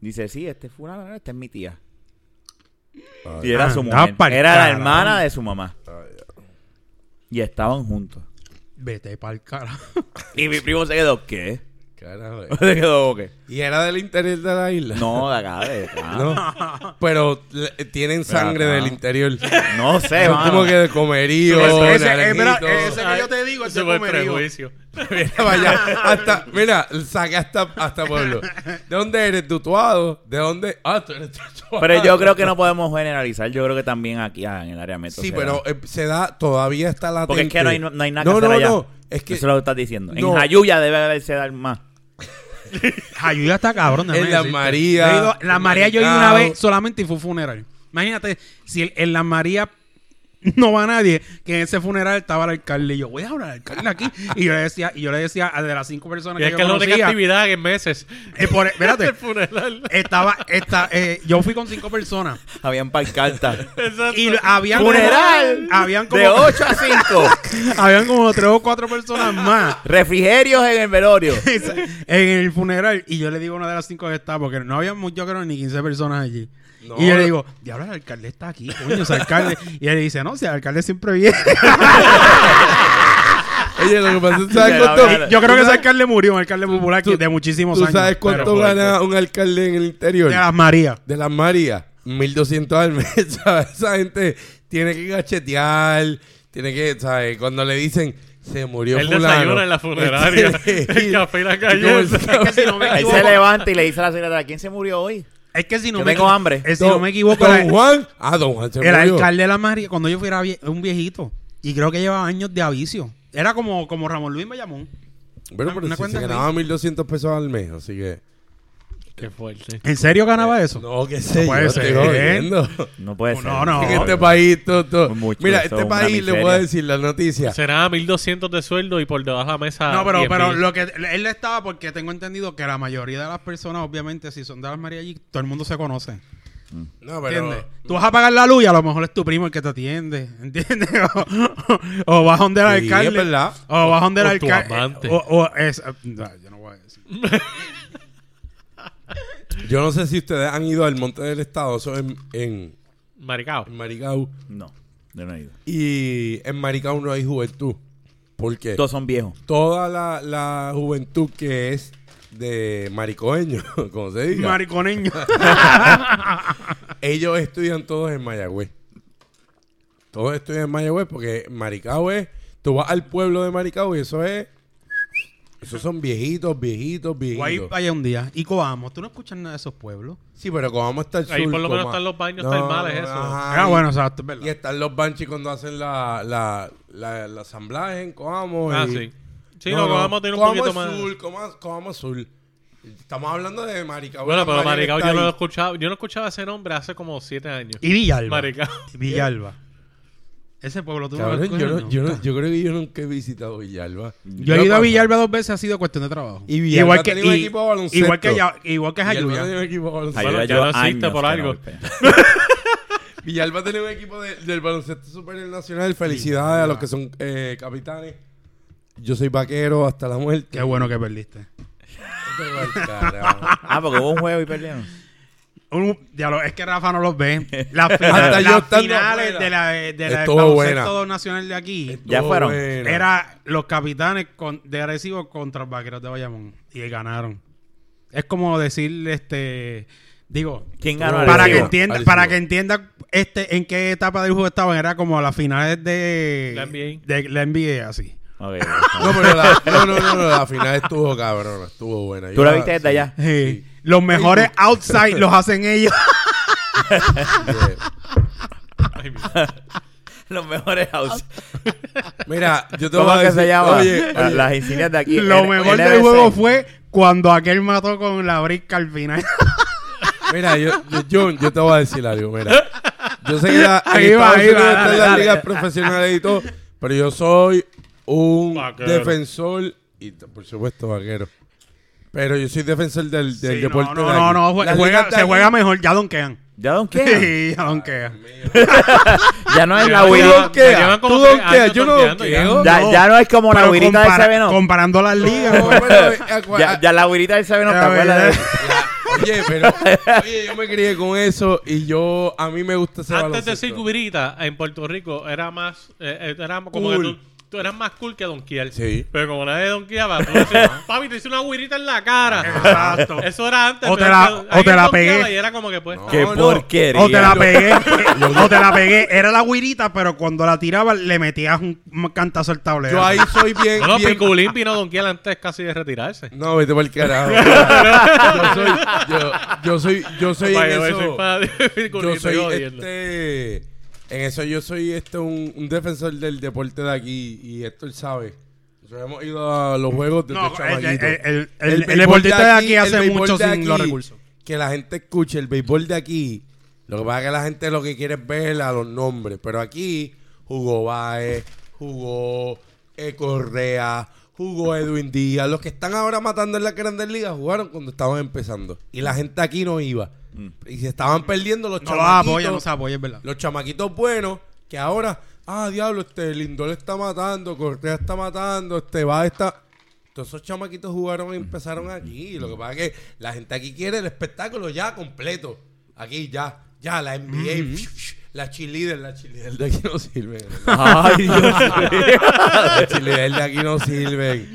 Speaker 2: dice, sí, este es fulano, esta es mi tía. Y era su
Speaker 3: Anda
Speaker 2: mujer.
Speaker 3: pa'l
Speaker 2: Era la
Speaker 3: carajo.
Speaker 2: hermana de su mamá. Y estaban juntos.
Speaker 3: Vete pa'l carajo.
Speaker 2: Y mi primo se quedó, ¿qué?
Speaker 4: Carajo. eh.
Speaker 2: Se quedó, ¿qué?
Speaker 4: Y era del interior de la isla.
Speaker 2: No, ah. de acá, de acá. No,
Speaker 4: No. Pero le- tienen sangre
Speaker 2: acá.
Speaker 4: del interior.
Speaker 2: sé,
Speaker 4: Son
Speaker 2: mano. eh,
Speaker 4: como que de comerío, naranjito.
Speaker 1: que yo te
Speaker 3: digo,
Speaker 1: eh, Ese fue el prejuicio.
Speaker 4: Mira, vaya, hasta, mira, saqué hasta, hasta pueblo. ¿De dónde eres tutuado? ¿De dónde? Ah, tú eres tutuado.
Speaker 2: Pero yo creo que no podemos generalizar. Yo creo que también aquí ah, en el área metro.
Speaker 4: Sí,
Speaker 2: se
Speaker 4: pero
Speaker 2: da.
Speaker 4: eh, se da, todavía está latente.
Speaker 2: Porque es que no hay, no hay nada que
Speaker 4: no,
Speaker 2: hacer
Speaker 4: no,
Speaker 2: allá.
Speaker 4: No, es que
Speaker 2: Eso es lo que estás diciendo.
Speaker 4: No.
Speaker 2: En Jayuya debe haberse dar más.
Speaker 3: Ayuda está cabrón. déjame
Speaker 4: En la
Speaker 3: decirte.
Speaker 4: María,
Speaker 3: Yo he ido- la
Speaker 4: en
Speaker 3: María yo he ido una
Speaker 4: Maicao.
Speaker 3: vez solamente y fue un funeral. Imagínate, si el- en la María no va nadie, que en ese funeral estaba el alcalde. Y yo, voy a hablar al alcalde aquí. Y yo le decía, y yo le decía a de las cinco personas
Speaker 1: Y es
Speaker 3: que,
Speaker 1: que es
Speaker 3: yo
Speaker 1: la única
Speaker 3: conocía.
Speaker 1: actividad en meses.
Speaker 3: eh, por- espérate,
Speaker 1: El funeral.
Speaker 3: estaba, esta, eh, yo fui con cinco personas.
Speaker 2: Habían pancartas.
Speaker 1: Exacto.
Speaker 3: Y habían
Speaker 2: Funeral.
Speaker 3: habían como,
Speaker 2: De 8 a 5.
Speaker 3: habían como tres o cuatro personas más.
Speaker 2: Refrigerios en el velorio.
Speaker 3: Esa- en el funeral y yo le digo a una de las cinco que está porque no había mu- yo creo ni 15 personas allí
Speaker 4: No.
Speaker 3: y yo le digo diablo el alcalde está aquí coño ese alcalde y él dice no si el alcalde siempre viene
Speaker 4: Oye, lo que pasa
Speaker 2: Ya,
Speaker 4: es que ¿sabes
Speaker 2: habla-
Speaker 4: cuánto?
Speaker 3: yo creo que ese alcalde murió un alcalde popular que
Speaker 4: tú-
Speaker 3: de muchísimos
Speaker 4: ¿Tú
Speaker 3: años
Speaker 4: sabes
Speaker 3: pero-
Speaker 4: cuánto
Speaker 3: de
Speaker 4: gana un alcalde en el interior?
Speaker 3: las Marías
Speaker 4: de las Marías, 1200 al mes, ¿sabes? Esa gente tiene que gachetear, tiene que, ¿sabes? Cuando le dicen, se murió
Speaker 1: Él
Speaker 4: fulano.
Speaker 1: desayuna en la funeraria. El café y la galleta.
Speaker 3: es que si no me
Speaker 2: Ahí
Speaker 3: equivoco
Speaker 2: se levanta y le dice a la secretaria, ¿quién se murió hoy?
Speaker 3: es que si no
Speaker 2: Yo
Speaker 3: me
Speaker 2: tengo
Speaker 3: equi-
Speaker 2: hambre.
Speaker 3: es Eh, si no me equivoco
Speaker 4: Don
Speaker 3: la-
Speaker 4: Juan. Ah, Don Juan se
Speaker 3: el
Speaker 4: murió.
Speaker 3: alcalde de las Marías cuando yo fui era vie- un viejito y creo que llevaba años de aviso era como como Ramón Luis Bayamón
Speaker 4: Bueno, pero
Speaker 3: ¿Una
Speaker 4: si
Speaker 3: cuenta
Speaker 4: se
Speaker 3: así?
Speaker 4: ganaba 1200 pesos al mes, así que.
Speaker 1: Qué fuerte.
Speaker 3: ¿en serio ganaba eso?
Speaker 4: Eh, No, qué sé
Speaker 3: puede
Speaker 4: yo, te
Speaker 3: ser. ¿eh?
Speaker 4: digo, viendo.
Speaker 2: No puede
Speaker 3: No,
Speaker 2: ser.
Speaker 3: no.
Speaker 4: En este país, todo, todo.
Speaker 2: Mucho,
Speaker 4: Mira,
Speaker 2: eso
Speaker 4: este
Speaker 2: es una
Speaker 4: país le voy
Speaker 2: miseria.
Speaker 4: a decir la noticia.
Speaker 1: Será 1200 de sueldo y por debajo de la
Speaker 4: Ah,
Speaker 1: mesa.
Speaker 3: No, pero,
Speaker 1: 10.000.
Speaker 3: pero lo que él le estaba porque tengo entendido que la mayoría de las personas, obviamente, si son de las María allí, todo el mundo se conoce.
Speaker 4: No, pero.
Speaker 3: ¿Entiendes? Tú vas a pagar la luz y a lo mejor es tu primo el que te atiende. ¿Entiendes? O, o- o vas donde el
Speaker 4: Sí,
Speaker 3: alcalde.
Speaker 4: es verdad.
Speaker 3: O vas donde el
Speaker 1: O tu
Speaker 3: alcalde.
Speaker 1: amante.
Speaker 3: O, o es. no, yo no voy a decir.
Speaker 4: Yo no sé si ustedes han ido al Monte del Estado, eso en, en,
Speaker 1: Maricao.
Speaker 4: en Maricao.
Speaker 2: No, yo no he ido.
Speaker 4: Y en Maricao no hay juventud. ¿Por qué?
Speaker 2: Todos son viejos.
Speaker 4: toda la, la juventud que es de maricoño, como se diga,
Speaker 3: Mariconeño.
Speaker 4: ellos estudian todos en Mayagüez. Todos estudian en Mayagüez porque Maricao es, tú vas al pueblo de Maricao y eso es, esos son viejitos, viejitos,
Speaker 3: Guay,
Speaker 4: viejitos.
Speaker 3: vaya un día. Y Coamo, tú no escuchas nada de esos pueblos.
Speaker 4: Sí, pero como vamos a estar
Speaker 1: Ahí por lo menos están los baños termales, eso.
Speaker 3: Ah, bueno, o sea, esto es
Speaker 4: Y
Speaker 3: verdad.
Speaker 4: están los banchis cuando hacen la, la, la, la asamblaje en Coamo.
Speaker 1: Ah,
Speaker 4: y-
Speaker 1: sí. Sí, no, vamos a tener un
Speaker 4: Coamo
Speaker 1: poquito
Speaker 4: es
Speaker 1: más.
Speaker 4: Sur, Coamo, Coamo es Sur. Estamos hablando de Maricao.
Speaker 1: Bueno, pero
Speaker 4: Mariana
Speaker 1: Maricao
Speaker 4: está
Speaker 1: yo no lo
Speaker 4: ahí.
Speaker 1: escuchaba. Yo no escuchaba ese nombre hace como 7 años.
Speaker 3: Y Villalba.
Speaker 1: Maricao.
Speaker 3: Villalba. Ese pueblo tú no lo
Speaker 4: Cabrón, yo,
Speaker 3: escuchas,
Speaker 4: no-
Speaker 3: ¿no?
Speaker 4: yo, no- yo creo que yo nunca he visitado Villalba.
Speaker 3: Yo he ido a Villalba dos veces, ha sido cuestión de trabajo.
Speaker 4: Y Villalba
Speaker 3: igual que,
Speaker 4: tenía un
Speaker 3: y-
Speaker 4: equipo de baloncesto.
Speaker 3: igual que, allá- igual que
Speaker 4: Villalba
Speaker 3: Jayuya.
Speaker 4: tenía un equipo de baloncesto.
Speaker 1: Ayuda.
Speaker 2: Ayuda,
Speaker 1: ya
Speaker 2: yo
Speaker 1: no existe
Speaker 2: años
Speaker 1: por
Speaker 2: que no
Speaker 1: algo.
Speaker 2: voy para allá.
Speaker 4: Villalba tenía un equipo de- del baloncesto super nacional. Felicidades a los que son eh, capitanes. Yo soy vaquero hasta la muerte.
Speaker 3: Qué bueno que perdiste.
Speaker 4: Pero al carajo.
Speaker 2: Ah, porque hubo un juego y perdieron.
Speaker 3: Un- diablo, es que Rafa no los ve. Las, fina-
Speaker 4: Hasta yo
Speaker 3: las
Speaker 4: estando
Speaker 3: finales
Speaker 4: afuera.
Speaker 3: de la, de la del
Speaker 4: Estuvo
Speaker 3: baloncesto
Speaker 4: buena.
Speaker 3: nacional de aquí
Speaker 2: Ya
Speaker 4: Estuvo
Speaker 2: fueron.
Speaker 4: buena.
Speaker 3: era los capitanes con- de Arecibo contra los vaqueros de Bayamón. Y ganaron. Es como decir, este. Digo,
Speaker 2: ¿Quién ganó
Speaker 4: Para
Speaker 3: para que
Speaker 2: Arecibo?
Speaker 3: entienda,
Speaker 4: Arecibo.
Speaker 3: para que entienda este en qué etapa del juego estaban, era como a las finales de
Speaker 1: La NBA.
Speaker 3: de la NBA así.
Speaker 2: Ok.
Speaker 4: No, pero la, no, no, no, no, la final estuvo cabrona, estuvo buena.
Speaker 2: ¿Tú la viste desde allá?
Speaker 3: Sí. Los mejores outside los hacen ellos.
Speaker 4: allá?
Speaker 1: Ay, mi-
Speaker 2: Los mejores house.
Speaker 4: Mira, yo te voy
Speaker 2: ¿Cómo
Speaker 4: a
Speaker 2: que
Speaker 4: decir...
Speaker 2: se llama?
Speaker 4: Oye,
Speaker 2: La-
Speaker 4: oye,
Speaker 2: Las insignias de aquí.
Speaker 3: Lo
Speaker 2: N-
Speaker 3: mejor
Speaker 2: NBC.
Speaker 3: del juego fue cuando aquel mató con la brisca al final.
Speaker 4: mira, yo, yo- John, yo te voy a decir algo, mira. Yo sé que la, en
Speaker 3: Ahí va,
Speaker 4: Estados
Speaker 3: ahí va,
Speaker 4: Unidos
Speaker 3: dale,
Speaker 4: están las
Speaker 2: dale.
Speaker 4: ligas profesionales y todo, pero yo soy un
Speaker 1: Vaquero.
Speaker 4: defensor, y t- por supuesto vaquero, pero yo soy defensor del, del
Speaker 3: Sí, no,
Speaker 4: deporte
Speaker 3: no,
Speaker 4: de
Speaker 3: no,
Speaker 4: aquí.
Speaker 3: no, jue-
Speaker 4: Las
Speaker 3: juega-
Speaker 4: ligas de
Speaker 3: se
Speaker 4: aquí-
Speaker 3: juega mejor, ya donkean.
Speaker 2: Ya don't care.
Speaker 3: Sí, ya donkean.
Speaker 2: Ya no es la
Speaker 1: Llevan-
Speaker 4: Tú
Speaker 2: Wii.
Speaker 1: llevan-
Speaker 4: donkeas,
Speaker 1: llevan como
Speaker 4: tú
Speaker 1: tres
Speaker 4: donkeas,
Speaker 1: años
Speaker 4: yo no
Speaker 1: donkeando,
Speaker 4: donkeo.
Speaker 1: llevan-
Speaker 2: Ya,
Speaker 3: No,
Speaker 2: ya no es como la
Speaker 3: pero
Speaker 2: güirita del
Speaker 3: compara-
Speaker 2: 7 up
Speaker 3: Comparando las ligas.
Speaker 4: No,
Speaker 3: güey.
Speaker 4: bueno, eh, cua-
Speaker 2: Ya, ya la güirita del 7 up ¿te
Speaker 3: Ya, ya.
Speaker 2: acuerdas? de-
Speaker 4: Oye, pero oye, yo me crié con eso y yo a mí me gusta ese
Speaker 1: Antes de
Speaker 4: Este baloncesto.
Speaker 1: ser cubirita, en Puerto Rico era más. eh, eh, era como que
Speaker 4: Cool.
Speaker 1: tú, tú eras más cool que donkear.
Speaker 4: Sí.
Speaker 1: Pero como nadie donkeaba, tú decías, papi, te hice una güirita en la cara.
Speaker 3: Ah, Exacto.
Speaker 1: Eso era antes.
Speaker 3: O
Speaker 1: pero
Speaker 3: te la-
Speaker 1: que
Speaker 3: o te
Speaker 1: alguien
Speaker 3: la
Speaker 1: donkeaba
Speaker 3: pegué.
Speaker 1: Y era como que pues.
Speaker 4: No.
Speaker 2: Qué
Speaker 4: no.
Speaker 2: porquería.
Speaker 3: O te la pegué. o te la pegué. Era la guirita, pero cuando la tiraba le metías un un cantazo al tablero.
Speaker 4: Yo ahí soy bien.
Speaker 1: No, no,
Speaker 4: bien-
Speaker 1: Piculín vino a donkear antes casi de retirarse.
Speaker 4: No, vete por el carajo. yo soy, yo, yo soy, yo soy
Speaker 1: Papá,
Speaker 4: en
Speaker 1: yo
Speaker 4: eso.
Speaker 1: soy fan de Piculín,
Speaker 4: yo
Speaker 1: estoy
Speaker 4: soy
Speaker 1: jodiendo.
Speaker 4: este, en eso yo soy este un, un defensor del deporte de aquí y Héctor sabe. Nosotros hemos ido a los juegos desde
Speaker 3: No, el,
Speaker 4: chamaquito.
Speaker 3: el- el- el- el
Speaker 4: béisbol
Speaker 3: deportista de aquí
Speaker 4: el
Speaker 3: hace
Speaker 4: béisbol
Speaker 3: mucho
Speaker 4: de
Speaker 3: sin
Speaker 4: aquí,
Speaker 3: los recursos.
Speaker 4: Que la gente escuche el béisbol de aquí. Lo que pasa es que la gente lo que quiere es ver a los nombres. Pero aquí jugó Baez, jugó eh, Correa, jugó Edwin Díaz. Los que están ahora matando en las grandes ligas jugaron cuando estaban empezando. Y la gente aquí no iba. Y se estaban perdiendo los
Speaker 3: No los
Speaker 4: chamaquitos.
Speaker 3: apoya, no se apoya, es verdad.
Speaker 4: Los chamaquitos buenos que ahora, ah, diablo, este Lindor está matando, Correa está matando, este va está. Todos esos chamaquitos jugaron y empezaron aquí. Lo que pasa es que la gente aquí quiere el espectáculo ya completo. Aquí ya, ya, la NBA, la cheerleader, la cheerleader de aquí no sirve.
Speaker 2: Ay, Dios mío.
Speaker 4: la cheerleader de aquí no sirve.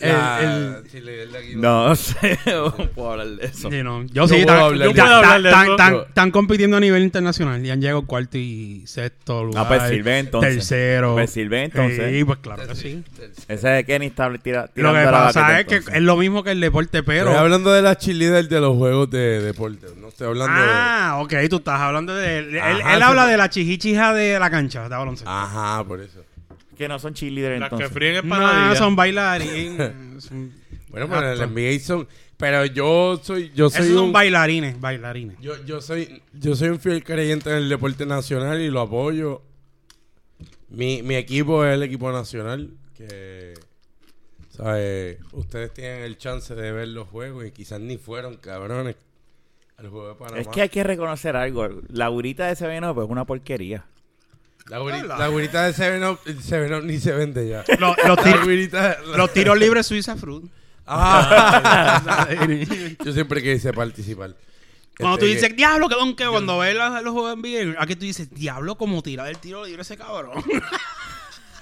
Speaker 4: La
Speaker 3: El-
Speaker 4: cheerleader de aquí no,
Speaker 2: No sé, no puedo hablar de eso.
Speaker 3: Sí, no. Yo
Speaker 4: Yo
Speaker 3: sí,
Speaker 4: puedo
Speaker 3: tan-
Speaker 4: hablar
Speaker 3: ya-
Speaker 4: de
Speaker 3: tan-
Speaker 4: eso.
Speaker 1: Yo puedo hablar de
Speaker 3: tan-
Speaker 1: eso.
Speaker 3: tan-
Speaker 4: Yo-
Speaker 3: están compitiendo a nivel internacional y han llegado cuarto y sexto lugar.
Speaker 2: Ah, pues sirven entonces.
Speaker 3: Tercero.
Speaker 2: Pues sirven entonces.
Speaker 3: Sí, pues claro que sí.
Speaker 2: Ese de Kenny está tira,
Speaker 3: Lo
Speaker 2: tirando
Speaker 3: que
Speaker 2: la
Speaker 3: pasa
Speaker 2: baqueta,
Speaker 3: es que
Speaker 2: entonces.
Speaker 3: es lo mismo que el deporte, pero...
Speaker 4: Estoy hablando de la cheerleader de los juegos de deporte. No estoy hablando de.
Speaker 3: Ah, ok, tú estás hablando de... de-
Speaker 2: Ah,
Speaker 3: él
Speaker 4: Ajá,
Speaker 3: él
Speaker 4: sí,
Speaker 3: habla
Speaker 4: sí.
Speaker 3: de la chijichija de la cancha de baloncesto.
Speaker 4: Ajá, por eso.
Speaker 2: Que no son cheerleaders
Speaker 1: Las que
Speaker 2: entonces.
Speaker 1: fríen
Speaker 3: No,
Speaker 1: empanadillas.
Speaker 3: son bailarines. son-
Speaker 4: Bueno, pero el
Speaker 3: Exacto.
Speaker 4: NBA son. Pero yo soy. Yo
Speaker 3: Esos
Speaker 4: soy
Speaker 3: son
Speaker 4: un.
Speaker 3: bailarines, bailarines.
Speaker 4: Yo, yo soy. Yo soy un fiel creyente en el deporte nacional y lo apoyo. Mi, mi equipo es el equipo nacional. Que. ¿Sabes? Ustedes tienen el chance de ver los juegos y quizás ni fueron cabrones al juego de Panamá.
Speaker 2: Es que hay que reconocer algo. La gurita de ese no, pues es una porquería.
Speaker 4: La, güeri- la güerita de Seven Up, el Seven Up ni se vende ya.
Speaker 3: Los, los
Speaker 4: La
Speaker 3: tir-
Speaker 4: güerita- la-
Speaker 3: los tiros libres Suiza Fruit.
Speaker 4: Ah. yo siempre quise participar.
Speaker 3: Cuando tú
Speaker 4: Este,
Speaker 3: dices, diablo, que don que cuando ves la- los juegos en NBA, aquí tú dices, diablo, como tira del tiro libre ese cabrón.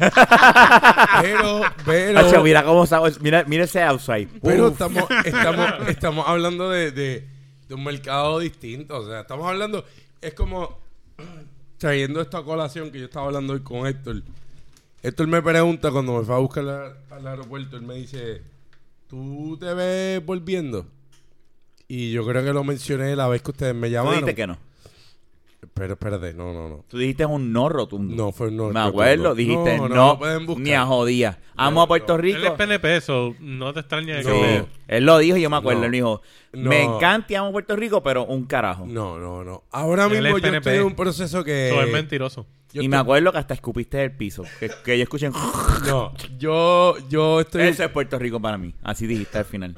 Speaker 3: "Ah".
Speaker 4: Pero, pero.
Speaker 2: Hacho, mira cómo está. Mira, mira ese outside.
Speaker 4: Pero
Speaker 2: Uf.
Speaker 4: estamos, estamos, estamos hablando de, de- de un mercado distinto. O sea, estamos hablando. Es como trayendo esta colación que yo estaba hablando hoy con Héctor. Héctor me pregunta cuando me fue a buscar a- al aeropuerto. Él me dice: ¿Tú te ves volviendo? Y yo creo que lo mencioné la vez que ustedes me
Speaker 2: Tú
Speaker 4: llamaron.
Speaker 2: dijiste que no.
Speaker 4: Pero espérate, no, no, no.
Speaker 2: Tú dijiste un no rotundo.
Speaker 4: No, fue un no
Speaker 2: Me
Speaker 4: rotundo.
Speaker 2: acuerdo, dijiste
Speaker 4: No,
Speaker 2: no.
Speaker 4: no, lo pueden buscar.
Speaker 2: ni a jodía. Amo a Puerto
Speaker 1: Él es
Speaker 2: Rico.
Speaker 1: PNP, eso. No te extraña
Speaker 2: Sí.
Speaker 1: que me-
Speaker 2: Él lo dijo y yo me acuerdo.
Speaker 4: No.
Speaker 2: Él dijo,
Speaker 4: No.
Speaker 2: me encanta y amo Puerto Rico, pero un carajo.
Speaker 4: No, no, no. Ahora
Speaker 1: Él es
Speaker 4: mismo yo
Speaker 1: PNP.
Speaker 4: estoy en un proceso que.
Speaker 1: Eso es mentiroso.
Speaker 4: yo
Speaker 2: y
Speaker 4: estoy-
Speaker 2: me acuerdo que hasta escupiste el piso. Que, que yo escuché...
Speaker 4: No, yo, yo estoy.
Speaker 2: Eso es Puerto Rico para mí. Así dijiste al final.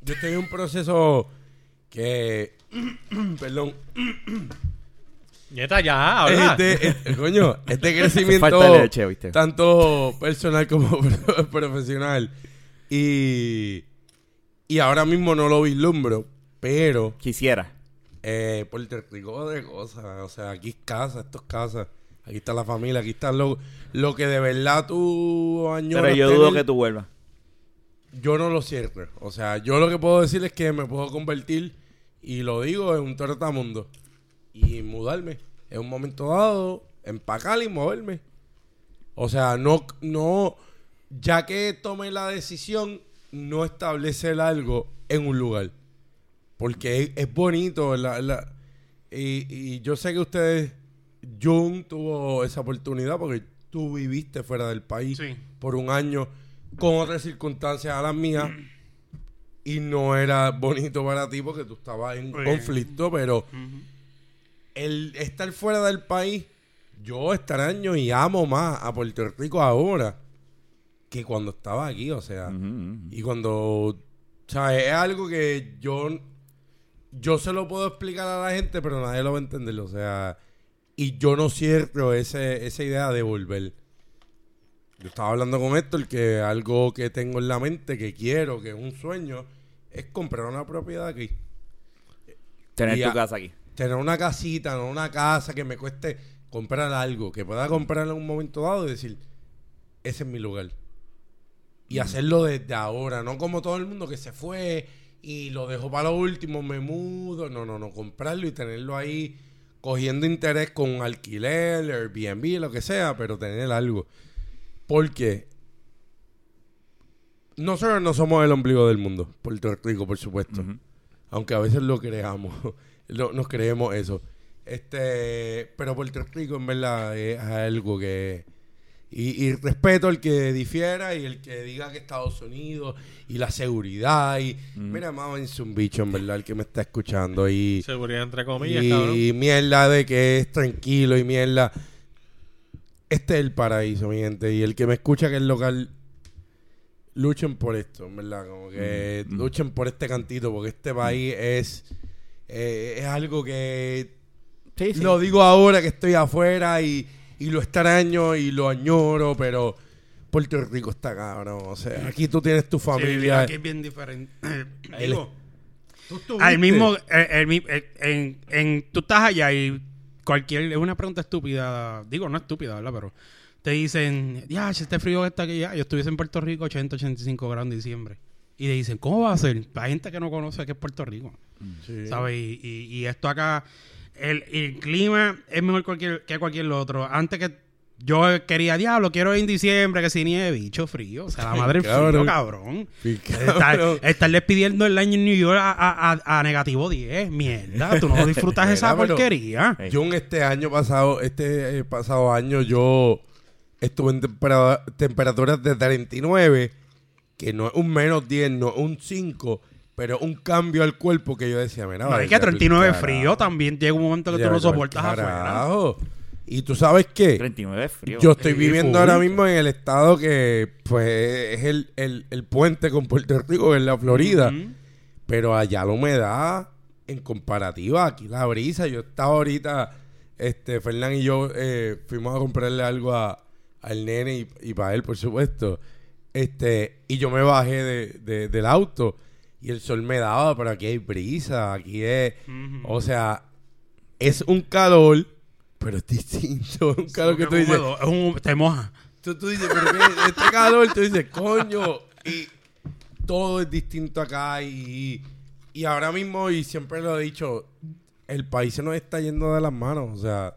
Speaker 4: Yo estoy en un proceso que. Perdón.
Speaker 1: Nieta, ya,
Speaker 4: Es
Speaker 1: habla.
Speaker 4: de, es- este, eh, coño, es de
Speaker 2: Falta
Speaker 4: crecimiento.
Speaker 2: de leche, ¿viste?
Speaker 4: Tanto personal como pro- profesional. Y. Y ahora mismo no lo vislumbro, pero.
Speaker 2: Quisiera.
Speaker 4: Eh, Puerto Rico de cosas. O sea, aquí es casa, esto es casa. Aquí está la familia, aquí está lo, lo que de verdad tú añoras.
Speaker 2: Pero yo dudo
Speaker 4: tener.
Speaker 2: que tú vuelvas.
Speaker 4: Yo no lo cierro. O sea, yo lo que puedo decir es que me puedo convertir, y lo digo, en un tortamundo. Y mudarme. En un momento dado, empacar y moverme. O sea, no, no, ya que tomé la decisión, no establecer algo en un lugar. Porque es, es bonito, la, la- y, y yo sé que ustedes, Jun tuvo esa oportunidad porque tú viviste fuera del país
Speaker 3: Sí.
Speaker 4: por un año con otras circunstancias a las mías y no era bonito para ti porque tú estabas en
Speaker 3: Oye.
Speaker 4: conflicto, pero el estar fuera del país, yo extraño y amo más a Puerto Rico ahora que cuando estaba aquí, o sea,
Speaker 2: Mm,
Speaker 4: y cuando, o sea, es algo que yo, yo se lo puedo explicar a la gente, pero nadie lo va a entender, o sea, y yo no cierro ese, esa idea de volver. Yo estaba hablando con Héctor que algo que tengo en la mente, que quiero, que es un sueño, es comprar una propiedad aquí.
Speaker 2: Tener
Speaker 4: Y
Speaker 2: tu
Speaker 4: a-
Speaker 2: casa aquí.
Speaker 4: Tener una casita, no una casa que me cueste comprar algo, que pueda comprarla en un momento dado y decir, ese es mi lugar. Y hacerlo desde ahora, no como todo el mundo que se fue y lo dejó para lo último, me mudo. No, no, no, comprarlo y tenerlo ahí cogiendo interés con un alquiler, Airbnb, lo que sea, pero tener algo. Porque nosotros no somos el ombligo del mundo, Puerto Rico, por supuesto. Aunque a veces lo creamos, lo- nos creemos eso. Este, pero Puerto Rico en verdad es algo que... Y, y respeto al que difiera y el que diga que Estados Unidos y la seguridad y... Mira, mámense un bicho en verdad el que me está escuchando y...
Speaker 1: Seguridad entre comillas, cabrón.
Speaker 4: Y mierda de que es tranquilo y mierda. Este es el paraíso, mi gente. Y el que me escucha que es local, luchen por esto, en verdad. Como que luchen por este cantito, porque este país es, eh, es algo que
Speaker 2: Sí, sí.
Speaker 4: lo digo ahora que estoy afuera y, y lo extraño y lo añoro, pero Puerto Rico está cabrón. O sea, aquí tú tienes tu
Speaker 3: Sí, vivir
Speaker 4: familia.
Speaker 3: aquí es bien diferente.
Speaker 4: El-
Speaker 3: Digo,
Speaker 4: Tú estuviste.
Speaker 3: al mismo, eh, el mi- eh, en, en- tú estás allá y cualquier, es una pregunta estúpida, digo, no estúpida, ¿verdad? Pero te dicen, ya, si este frío que está aquí, ya, yo estuviese en Puerto Rico 80, 85 grados en diciembre. Y te dicen, ¿cómo va a ser? La gente que no conoce que es Puerto Rico.
Speaker 4: Sí.
Speaker 3: ¿sabes? Y, y- y esto acá, el, el clima es mejor cualquier, que cualquier otro. Antes que yo quería, diablo, quiero ir en diciembre, que si nieve, bicho frío. O sea, la
Speaker 4: Ay,
Speaker 3: madre
Speaker 4: cabrón.
Speaker 3: frío, cabrón.
Speaker 4: Sí,
Speaker 3: Estar-
Speaker 4: cabrón.
Speaker 3: estarle pidiendo el año en New York a, a- a- a negativo 10, mierda. Tú no disfrutas esa
Speaker 4: Mira, pero-
Speaker 3: porquería.
Speaker 2: Ey.
Speaker 4: John, este año pasado, este eh, pasado año, yo estuve en tempera- temperaturas de 39, que no es un menos 10, no es un 5, pero un cambio al cuerpo que yo decía, mira,
Speaker 3: No,
Speaker 4: vale,
Speaker 3: es que 39
Speaker 4: carajo,
Speaker 3: frío también llega un momento que tú
Speaker 4: ya,
Speaker 3: no soportas afuera.
Speaker 4: carajo. Y tú sabes qué,
Speaker 2: 39 es frío.
Speaker 4: yo estoy
Speaker 3: Sí,
Speaker 4: viviendo
Speaker 3: full.
Speaker 4: ahora mismo en el estado que pues es el, el- el puente con Puerto Rico, en la Florida.
Speaker 3: Ujú.
Speaker 4: Pero allá la humedad, en comparativa, aquí la brisa, yo estaba ahorita, este, Fernán y yo eh, fuimos a comprarle algo a, al nene y, para él, por supuesto. Este, y yo me bajé de, de- del auto y el sol me daba, pero aquí hay brisa, aquí es, o sea, es un calor, pero es distinto, es un calor que tú
Speaker 3: Es
Speaker 4: dices,
Speaker 3: húmedo, es un- te moja.
Speaker 4: tú, tú dices, pero qué? este calor, tú dices, coño. Y todo es distinto acá. Y, y ahora mismo, y siempre lo he dicho, el país se nos está yendo de las manos. O sea,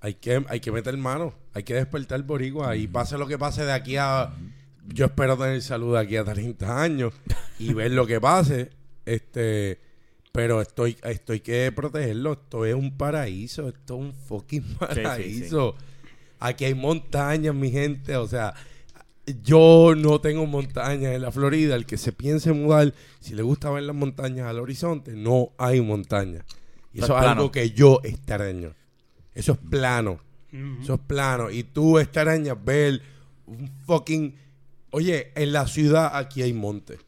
Speaker 4: hay que, hay que meter mano, hay que despertar boricua. Y pase lo que pase de aquí a. Yo espero tener salud de aquí a 30 años y ver lo que pase. Este. Pero estoy, estoy que protegerlo. Esto es un paraíso. Esto es un fucking
Speaker 2: sí, sí.
Speaker 4: paraíso. Aquí hay montañas, mi gente. O sea, yo no tengo montañas en la Florida. El que se piense mudar, si le gusta ver las montañas al horizonte, no hay montañas. Y
Speaker 2: Eso es
Speaker 4: eso es
Speaker 2: plano.
Speaker 4: algo que yo extraño. Eso es plano. Eso es plano. Y tú extrañas ver un fucking. Oye, en la ciudad aquí hay monte.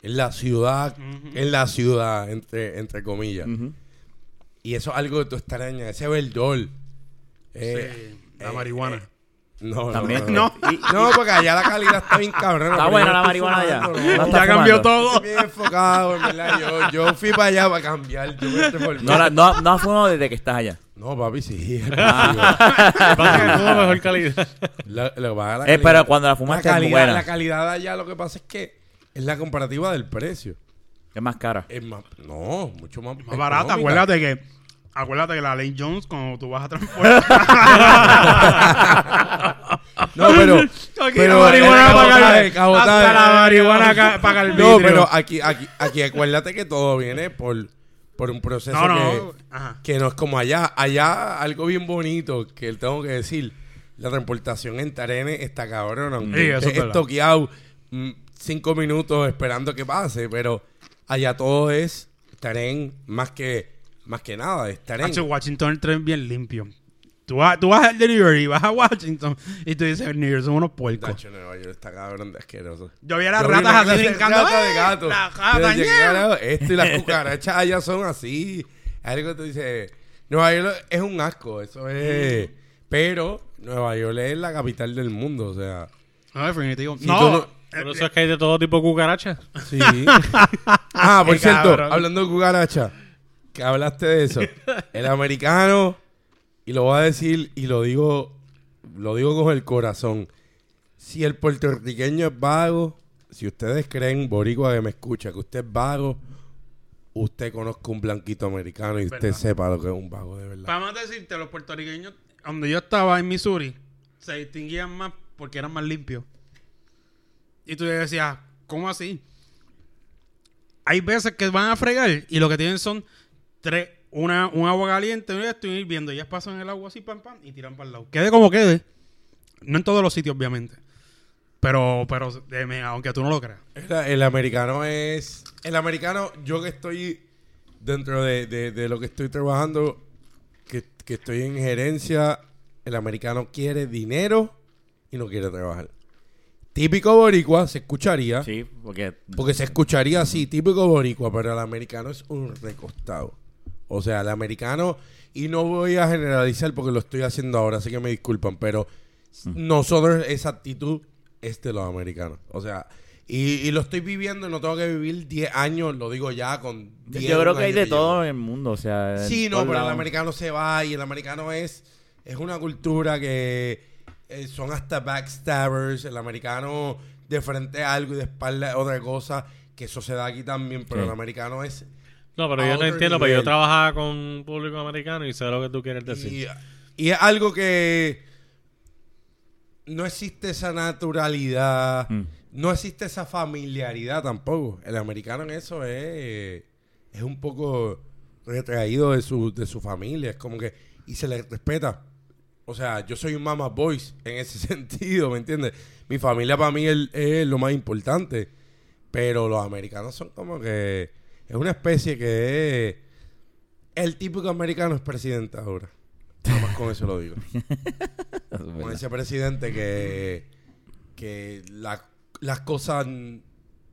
Speaker 4: En la ciudad, en la ciudad, entre, entre comillas. Y eso es algo que tú extrañas, ese verdor. Eh,
Speaker 3: Sí, la marihuana.
Speaker 4: No,
Speaker 2: También.
Speaker 4: No, no,
Speaker 2: Y-
Speaker 4: No, porque allá la calidad está bien cabrona.
Speaker 2: Está
Speaker 4: pero
Speaker 2: buena
Speaker 4: yo
Speaker 2: la
Speaker 4: estoy
Speaker 2: marihuana allá.
Speaker 4: fumando,
Speaker 2: La
Speaker 4: no.
Speaker 2: está
Speaker 3: Ya cambió
Speaker 2: fumando.
Speaker 4: Estoy
Speaker 3: todo.
Speaker 4: bien enfocado, en verdad. Yo, yo fui para allá para cambiar. Yo me transformé.
Speaker 2: No, la- no, no has fumado desde que estás allá.
Speaker 4: No, papi, sí.
Speaker 2: Ah.
Speaker 1: Pasa que tuvo mejor calidad.
Speaker 4: La- lo que pasa es la
Speaker 2: Eh,
Speaker 4: calidad-
Speaker 2: pero cuando la
Speaker 4: la
Speaker 2: fumaste es muy
Speaker 4: calidad,
Speaker 2: buena.
Speaker 4: la calidad de allá lo que pasa es que es la comparativa del precio.
Speaker 2: Es más cara.
Speaker 4: Es más, no, mucho más,
Speaker 3: Más barata,
Speaker 4: económica.
Speaker 3: acuérdate que. Acuérdate que la ley Jones, cuando tú vas a transportar.
Speaker 4: No, pero.
Speaker 3: Aquí
Speaker 4: pero
Speaker 3: la marihuana
Speaker 4: eh,
Speaker 3: para
Speaker 4: cabotaje,
Speaker 3: Calvi-
Speaker 4: cabotaje.
Speaker 3: hasta la marihuana ca- para Calvidrio.
Speaker 4: No, pero aquí, aquí, aquí acuérdate que todo viene por, por un proceso
Speaker 3: No, no.
Speaker 4: que,
Speaker 3: Ajá.
Speaker 4: que no es como allá. Allá, algo bien bonito que tengo que decir: la transportación en trenes está cabrona. aunque
Speaker 3: Sí, eso es
Speaker 4: estés
Speaker 3: verdad.
Speaker 4: estoqueado mm, cinco minutos esperando que pase, pero allá todo es tren más que, más que nada, es tren.
Speaker 3: Hacho, Washington el tren bien limpio. Tú vas, tú vas al delivery, vas a Washington y tú dices, New York son unos puercos.
Speaker 4: Tacho, Nueva York está cabrón de asqueroso.
Speaker 3: Yo vi a las
Speaker 4: vi
Speaker 3: ratas
Speaker 4: una
Speaker 3: así
Speaker 4: clase de
Speaker 3: brincando.
Speaker 4: rata de
Speaker 3: ¡Eh!
Speaker 4: gato.
Speaker 3: La rata,
Speaker 4: Yo decía,
Speaker 3: ñe.
Speaker 4: "Claro, esto y las cucarachas allá son así. Algo que tú dices, Nueva York es un asco, eso
Speaker 3: Mm.
Speaker 4: es. Pero Nueva York es la capital del mundo, o sea.
Speaker 3: No, definitivo.
Speaker 4: Si tú
Speaker 3: no,
Speaker 4: no-
Speaker 1: Por eso es que hay de todo tipo de cucarachas.
Speaker 4: Sí. ah, por
Speaker 3: Qué
Speaker 4: cierto,
Speaker 3: cabrón.
Speaker 4: hablando de cucaracha, que hablaste de eso. El americano, y lo voy a decir, y lo digo, lo digo con el corazón. Si el puertorriqueño es vago, si ustedes creen, boricua que me escucha, que usted es vago, usted conozca un blanquito americano y usted
Speaker 3: Verdad.
Speaker 4: sepa lo que es un vago de verdad.
Speaker 3: para más decirte, los puertorriqueños, donde yo estaba en Missouri, se distinguían más porque eran más limpios. Y tú decías, ¿cómo así? Hay veces que van a fregar y lo que tienen son tres, una, un agua caliente, una estoy hirviendo, ellas pasan el agua así, pam, pam, y tiran para el lado. Quede como quede. No en todos los sitios, obviamente. Pero, pero, deme, aunque tú no lo creas.
Speaker 4: Era- El, americano es. El americano, yo que estoy dentro de, de- de lo que estoy trabajando, que, que estoy en gerencia, el americano quiere dinero y no quiere trabajar. Típico boricua, se escucharía.
Speaker 2: Sí, porque
Speaker 4: Porque se escucharía así, típico boricua, pero el americano es un recostado. O sea, el americano, y no voy a generalizar porque lo estoy haciendo ahora, así que me disculpan, pero nosotros esa actitud es de los americanos. O sea, y, y lo estoy viviendo, no tengo que vivir 10 años, lo digo ya con 10
Speaker 2: yo creo que hay
Speaker 4: años
Speaker 2: de
Speaker 4: llevo.
Speaker 2: todo en el mundo. O sea, en
Speaker 4: Sí, no,
Speaker 2: todos
Speaker 4: pero el
Speaker 2: lados.
Speaker 4: americano se va y el americano es es una cultura que eh, son hasta backstabbers, el americano de frente a algo y de espalda a otra cosa, que eso se da aquí también, pero
Speaker 2: Sí.
Speaker 4: el americano es
Speaker 1: No, pero
Speaker 4: A
Speaker 1: yo no
Speaker 4: otro
Speaker 1: entiendo, pero yo
Speaker 4: nivel.
Speaker 1: trabajaba con público americano y sé lo que tú quieres decir.
Speaker 4: y, y es algo que no existe esa naturalidad,
Speaker 2: Mm.
Speaker 4: no existe esa familiaridad tampoco. El americano en eso es es un poco retraído de su de su familia, es como que y se le respeta. O sea, yo soy un mama boys en ese sentido, ¿me entiendes? Mi familia para mí es, es lo más importante. Pero los americanos son como que... Es una especie que es... El típico americano es presidente ahora. Nada más con eso lo digo.
Speaker 2: Eso es
Speaker 4: Con
Speaker 2: verdad.
Speaker 4: ese presidente que... Que la- las cosas n-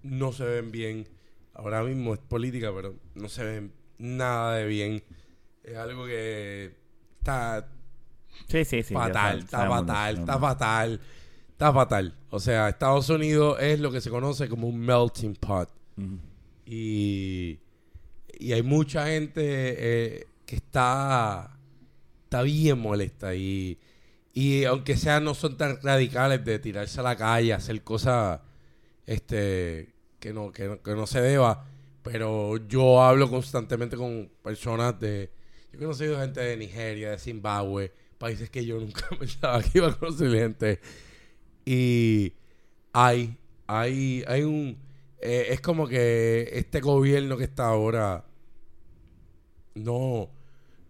Speaker 4: no se ven bien. Ahora mismo es política, pero no se ven nada de bien. Es algo que... Está,
Speaker 2: Sí, sí, sí. ya
Speaker 4: fatal,
Speaker 2: sab-
Speaker 4: está
Speaker 2: sabemos,
Speaker 4: fatal,
Speaker 2: sabemos.
Speaker 4: está fatal, está fatal. O sea, Estados Unidos es lo que se conoce como un melting pot.
Speaker 2: Ujú.
Speaker 4: Y, y hay mucha gente eh, que está, está bien molesta. Y, y aunque sea, no son tan radicales de tirarse a la calle, hacer cosas este, que, no, que, no, que no se deba. Pero yo hablo constantemente con personas de... Yo he conocido gente de Nigeria, de Zimbabue, países que yo nunca pensaba que iba a conocer gente. Y hay, hay, hay un... eh, es como que este gobierno que está ahora no,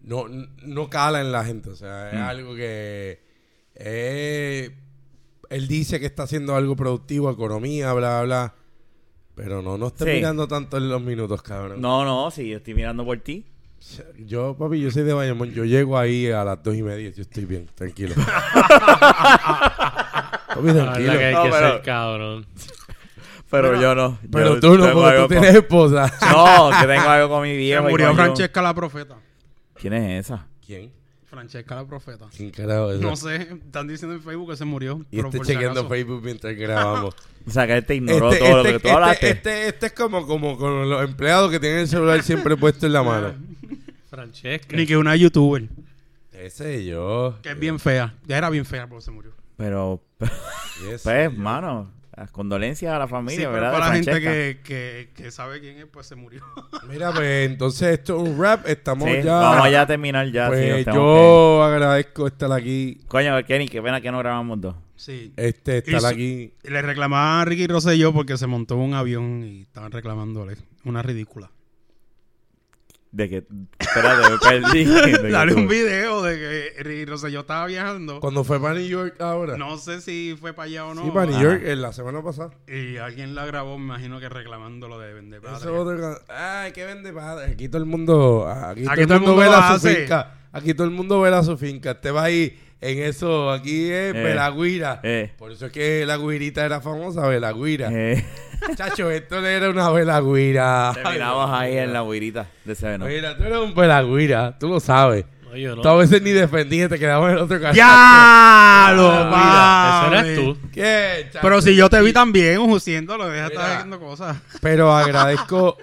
Speaker 4: no, no cala en la gente. O sea, es
Speaker 2: Mm.
Speaker 4: algo que... eh, él dice que está haciendo algo productivo, economía, bla, bla, bla. Pero no, no esté
Speaker 2: Sí.
Speaker 4: mirando tanto en los minutos, cabrón.
Speaker 2: No, no, sí, yo estoy mirando por ti.
Speaker 4: Yo, papi, yo soy de Bayamón. Yo llego ahí a las dos y media. Yo estoy bien, tranquilo. papi,
Speaker 1: La verdad
Speaker 4: tranquilo.
Speaker 1: que hay
Speaker 2: No,
Speaker 1: que
Speaker 2: pero-
Speaker 1: ser cabrón.
Speaker 2: Pero, yo no. yo
Speaker 4: Pero tú no,
Speaker 2: tengo
Speaker 4: porque
Speaker 2: algo
Speaker 4: tú
Speaker 2: con-
Speaker 4: tienes esposa.
Speaker 2: No, que tengo algo con mi
Speaker 3: Se
Speaker 2: viejo. y
Speaker 3: murió
Speaker 2: con yo-
Speaker 3: Francesca la profeta.
Speaker 2: ¿Quién es esa?
Speaker 4: ¿Quién?
Speaker 3: Francesca la profeta.
Speaker 4: ¿Quién carajo es
Speaker 3: No
Speaker 4: eso?
Speaker 3: sé, están diciendo en Facebook que se murió.
Speaker 4: Y
Speaker 3: pero
Speaker 4: estoy
Speaker 3: por si
Speaker 4: chequeando
Speaker 3: acaso.
Speaker 4: Facebook mientras grabamos.
Speaker 2: O sea, que él te ignoró
Speaker 4: Este,
Speaker 2: todo lo
Speaker 4: este-
Speaker 2: que tú
Speaker 4: este-
Speaker 2: hablaste.
Speaker 4: este- este es como, como con los empleados que tienen el celular siempre puesto en la mano.
Speaker 1: Francesca.
Speaker 3: Ni que una youtuber,
Speaker 4: Ese yo.
Speaker 3: que es bien fea. Ya era bien fea, pero se murió.
Speaker 2: Pero,
Speaker 4: Ese
Speaker 2: pues,
Speaker 4: yo.
Speaker 2: mano, las condolencias a la familia,
Speaker 3: Sí, pero
Speaker 2: ¿verdad? de
Speaker 3: para la gente
Speaker 2: Francesca?
Speaker 3: que, que, que sabe quién es, pues se murió.
Speaker 4: Mira, pues entonces esto es un rap. Estamos
Speaker 2: Sí,
Speaker 4: ya.
Speaker 2: vamos ya a terminar ya. sí, nos
Speaker 4: Pues
Speaker 2: tenemos
Speaker 4: yo agradezco estar aquí.
Speaker 2: que- Coño, Kenny, qué pena que no grabamos dos.
Speaker 3: Sí.
Speaker 4: Este,
Speaker 3: Y su-
Speaker 4: estar aquí.
Speaker 3: Y Le reclamaban a Ricky Rosselló porque se montó en un avión y estaban reclamándole. Una ridícula.
Speaker 2: De que, espérate, me perdí. de que
Speaker 3: Dale
Speaker 2: tú-
Speaker 3: un video de que Ricky Rosselló estaba viajando.
Speaker 4: Cuando fue para New York ahora.
Speaker 3: No sé si fue para allá o no.
Speaker 4: Sí, para New
Speaker 2: Ajá.
Speaker 4: York, en la semana pasada.
Speaker 3: Y alguien la grabó, me imagino que reclamándolo de vender
Speaker 4: Eso es
Speaker 3: patria.
Speaker 4: otro ca- Ay, qué vende padre. Aquí todo el mundo. Aquí,
Speaker 3: Aquí todo el mundo lo
Speaker 4: vela su
Speaker 3: hace.
Speaker 4: finca. Aquí todo el mundo vela su finca. Te va ahí en eso. Aquí es Belagüira.
Speaker 2: eh.
Speaker 4: Por eso es que la guirita era famosa, Belagüira.
Speaker 2: Eh,
Speaker 4: Chacho, esto le era una Belagüira.
Speaker 2: terminamos ahí en la huirita de ese venado.
Speaker 4: Mira, tú eres un Belagüira. Tú lo sabes.
Speaker 1: No, yo no.
Speaker 4: Tú a veces ni defendías, te quedabas en el otro canal.
Speaker 3: ¡Ya! Lo
Speaker 1: Ah, mira,
Speaker 3: papi!
Speaker 1: Ese eres tú.
Speaker 4: ¿Qué, chacho?
Speaker 3: Pero si yo te vi también lo deja
Speaker 4: Mira.
Speaker 3: estar haciendo cosas.
Speaker 4: Pero agradezco.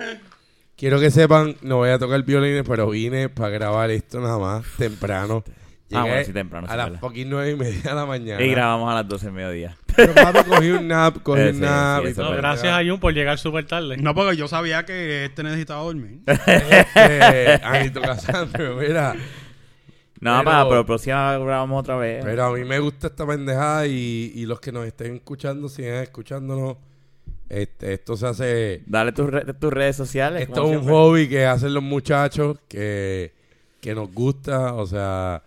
Speaker 4: Quiero que sepan, no voy a tocar violines, pero vine para grabar esto nada más temprano.
Speaker 2: Ah, bueno, sí, temprano,
Speaker 4: A
Speaker 2: sí,
Speaker 4: las
Speaker 2: verdad.
Speaker 4: fucking nueve y media de la mañana.
Speaker 2: Y grabamos a las 12 del mediodía.
Speaker 4: Pero papi, cogí un nap, cogí
Speaker 2: Eh,
Speaker 4: un
Speaker 2: sí,
Speaker 4: nap.
Speaker 2: sí,
Speaker 4: y
Speaker 2: eso
Speaker 1: No,
Speaker 2: Pero-
Speaker 1: gracias a Jun por llegar súper tarde.
Speaker 3: No, porque yo sabía que este necesitaba dormir.
Speaker 4: Este, Angelito Casandro, mira.
Speaker 2: No,
Speaker 4: Pero-
Speaker 2: para, pero próxima grabamos otra vez.
Speaker 4: Pero a mí me gusta esta pendejada y, y los que nos estén escuchando, sigan escuchándonos. Este, esto se hace.
Speaker 2: Dale tus re- tus redes sociales.
Speaker 4: Esto es
Speaker 2: como
Speaker 4: un
Speaker 2: siempre.
Speaker 4: hobby que hacen los muchachos que, que nos gusta, o sea,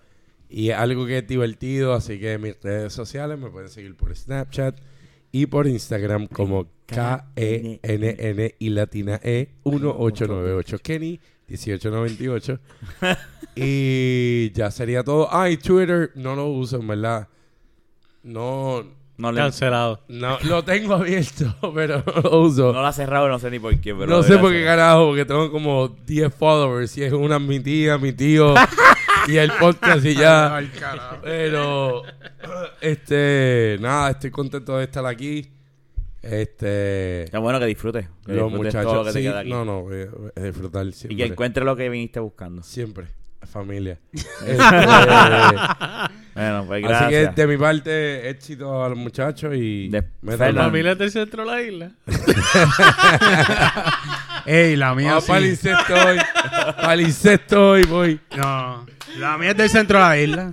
Speaker 4: y es algo que es divertido, así que mis redes sociales me pueden seguir por Snapchat y por Instagram como K-E-N-N y latina E 1898 Kenny 1898 y ya sería todo. Ay, Twitter no lo uso, en verdad. No,
Speaker 2: No, le-
Speaker 1: Cancelado.
Speaker 4: no, lo tengo abierto, pero no lo uso.
Speaker 2: no lo ha cerrado, no sé ni por qué. Pero
Speaker 4: no sé
Speaker 2: debería
Speaker 4: por qué
Speaker 2: cerrar.
Speaker 4: carajo, porque tengo como 10 followers y es una mi tía, mi tío y el podcast y ya.
Speaker 3: Al carajo.
Speaker 4: Pero, este, nada, estoy contento de estar aquí. Este,
Speaker 2: Qué bueno que disfrutes. Que
Speaker 4: los
Speaker 2: disfrutes todo lo que te
Speaker 4: muchachos, sí,
Speaker 2: queda aquí.
Speaker 4: no, no, eh, eh, disfrutar
Speaker 2: y que
Speaker 4: siempre.
Speaker 2: encuentres lo que viniste buscando.
Speaker 4: siempre, familia. Este,
Speaker 2: Bueno, pues Este,
Speaker 4: así que
Speaker 2: gracias.
Speaker 4: de mi parte, éxito a los muchachos y
Speaker 2: De-
Speaker 4: métanle.
Speaker 2: Fernan.
Speaker 1: Familia del centro de la isla.
Speaker 3: Ey, la mía
Speaker 4: Vamos
Speaker 3: sí.
Speaker 4: para el incesto hoy, para el incesto hoy, voy.
Speaker 3: No, la mía es del centro de la isla.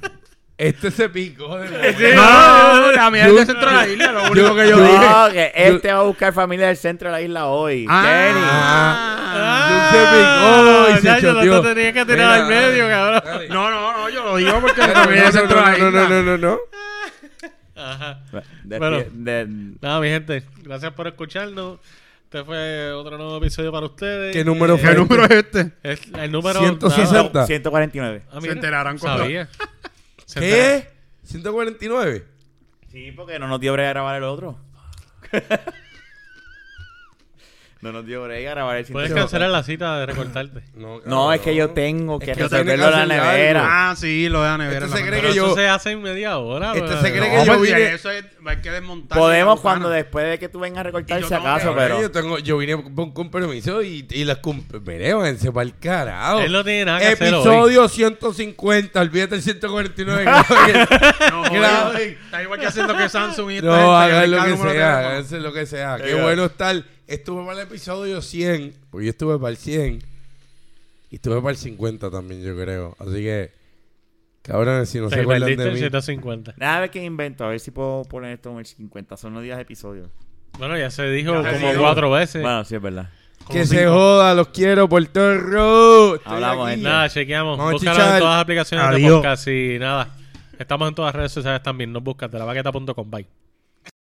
Speaker 4: Este se picó de
Speaker 3: No, la mía es del centro de la isla, lo único que yo
Speaker 4: yo-
Speaker 3: dije.
Speaker 2: No, que él te va a buscar familia del centro de la isla hoy.
Speaker 3: Ah.
Speaker 1: Ah,
Speaker 4: se picó Oh, y se
Speaker 1: ya, yo no
Speaker 4: choteó.
Speaker 1: te tenía que tirar al
Speaker 4: Mira,
Speaker 1: medio, cabrón.
Speaker 4: dale.
Speaker 3: No, no, no, yo lo digo porque
Speaker 4: No,
Speaker 3: la mía es del
Speaker 4: no,
Speaker 3: centro de la
Speaker 4: no, no,
Speaker 3: isla.
Speaker 4: no, no, no.
Speaker 1: Ajá.
Speaker 2: Kenny. De-
Speaker 1: Bueno.
Speaker 2: de-
Speaker 1: Nada, mi gente, gracias por escucharnos. Este fue otro nuevo episodio para ustedes.
Speaker 4: ¿Qué número
Speaker 1: Eh,
Speaker 4: fue?
Speaker 3: ¿Qué número es este?
Speaker 1: es- el número
Speaker 4: 160.
Speaker 1: nada.
Speaker 2: 149.
Speaker 1: Ah,
Speaker 3: Se enteraron cuando-
Speaker 1: Sabía. Se enteraron.
Speaker 4: ¿Qué? 149.
Speaker 2: Sí, porque no nos dio brega a grabar el otro. no nos dio brega a grabar el
Speaker 1: Puedes
Speaker 2: 149.
Speaker 1: cancelar la cita de recortarte.
Speaker 4: No,
Speaker 2: No, es que yo tengo que
Speaker 4: que yo
Speaker 2: resolverlo
Speaker 4: tengo que
Speaker 2: en la
Speaker 4: hacerle
Speaker 2: nevera.
Speaker 3: Ah, sí, lo de la nevera.
Speaker 4: Este
Speaker 3: la
Speaker 4: se cree
Speaker 1: Pero
Speaker 3: verdad.
Speaker 4: que yo-
Speaker 1: eso se hace en media hora.
Speaker 4: Este
Speaker 1: bro.
Speaker 4: se cree
Speaker 3: No,
Speaker 4: que yo
Speaker 3: pues,
Speaker 4: vine.
Speaker 3: Eso es, hay que desmontar.
Speaker 2: Podemos
Speaker 3: la
Speaker 2: cuando
Speaker 3: bocana.
Speaker 2: después de que tú vengas a recortar
Speaker 3: Y yo
Speaker 2: si
Speaker 3: tengo
Speaker 2: acaso,
Speaker 3: que-
Speaker 2: pero...
Speaker 4: Yo, tengo, yo vine con compromiso y, y las cumpliré, se va al carajo.
Speaker 1: Él no tiene nada que hacer hoy.
Speaker 4: Episodio 150, olvídate el 149.
Speaker 3: No, joder,
Speaker 4: Graben.
Speaker 3: Está igual que haciendo que Samsung y esta gente,
Speaker 4: No, hagan lo
Speaker 3: cada
Speaker 4: que
Speaker 3: número de
Speaker 4: sea,
Speaker 3: teléfono.
Speaker 4: háganse lo que sea. Qué
Speaker 2: Venga.
Speaker 4: bueno estar. Estuve para el episodio 100, porque yo estuve para el 100. Y estuve para el 50 también, yo creo. Así que, cabrones, si no se
Speaker 1: Te
Speaker 4: acuerdan
Speaker 1: perdiste
Speaker 4: de
Speaker 1: el
Speaker 4: mí.
Speaker 1: 150.
Speaker 2: Nada, ver qué invento, a ver si puedo poner esto en el 50. Son los 10 episodios.
Speaker 1: Bueno, ya se dijo
Speaker 3: se
Speaker 1: como
Speaker 3: dijo.
Speaker 1: cuatro veces.
Speaker 2: Bueno, sí, es verdad.
Speaker 4: Que se joda, los quiero, Puerto Rico. Estoy
Speaker 2: Hablamos,
Speaker 4: aquí.
Speaker 2: gente.
Speaker 1: Nada, chequeamos.
Speaker 4: Vamos a
Speaker 1: Búscanos en
Speaker 4: chichar.
Speaker 1: todas las aplicaciones de
Speaker 3: Adiós.
Speaker 1: podcast y nada. Estamos en todas las redes sociales también. Nos buscas de la baqueta.com. Bye.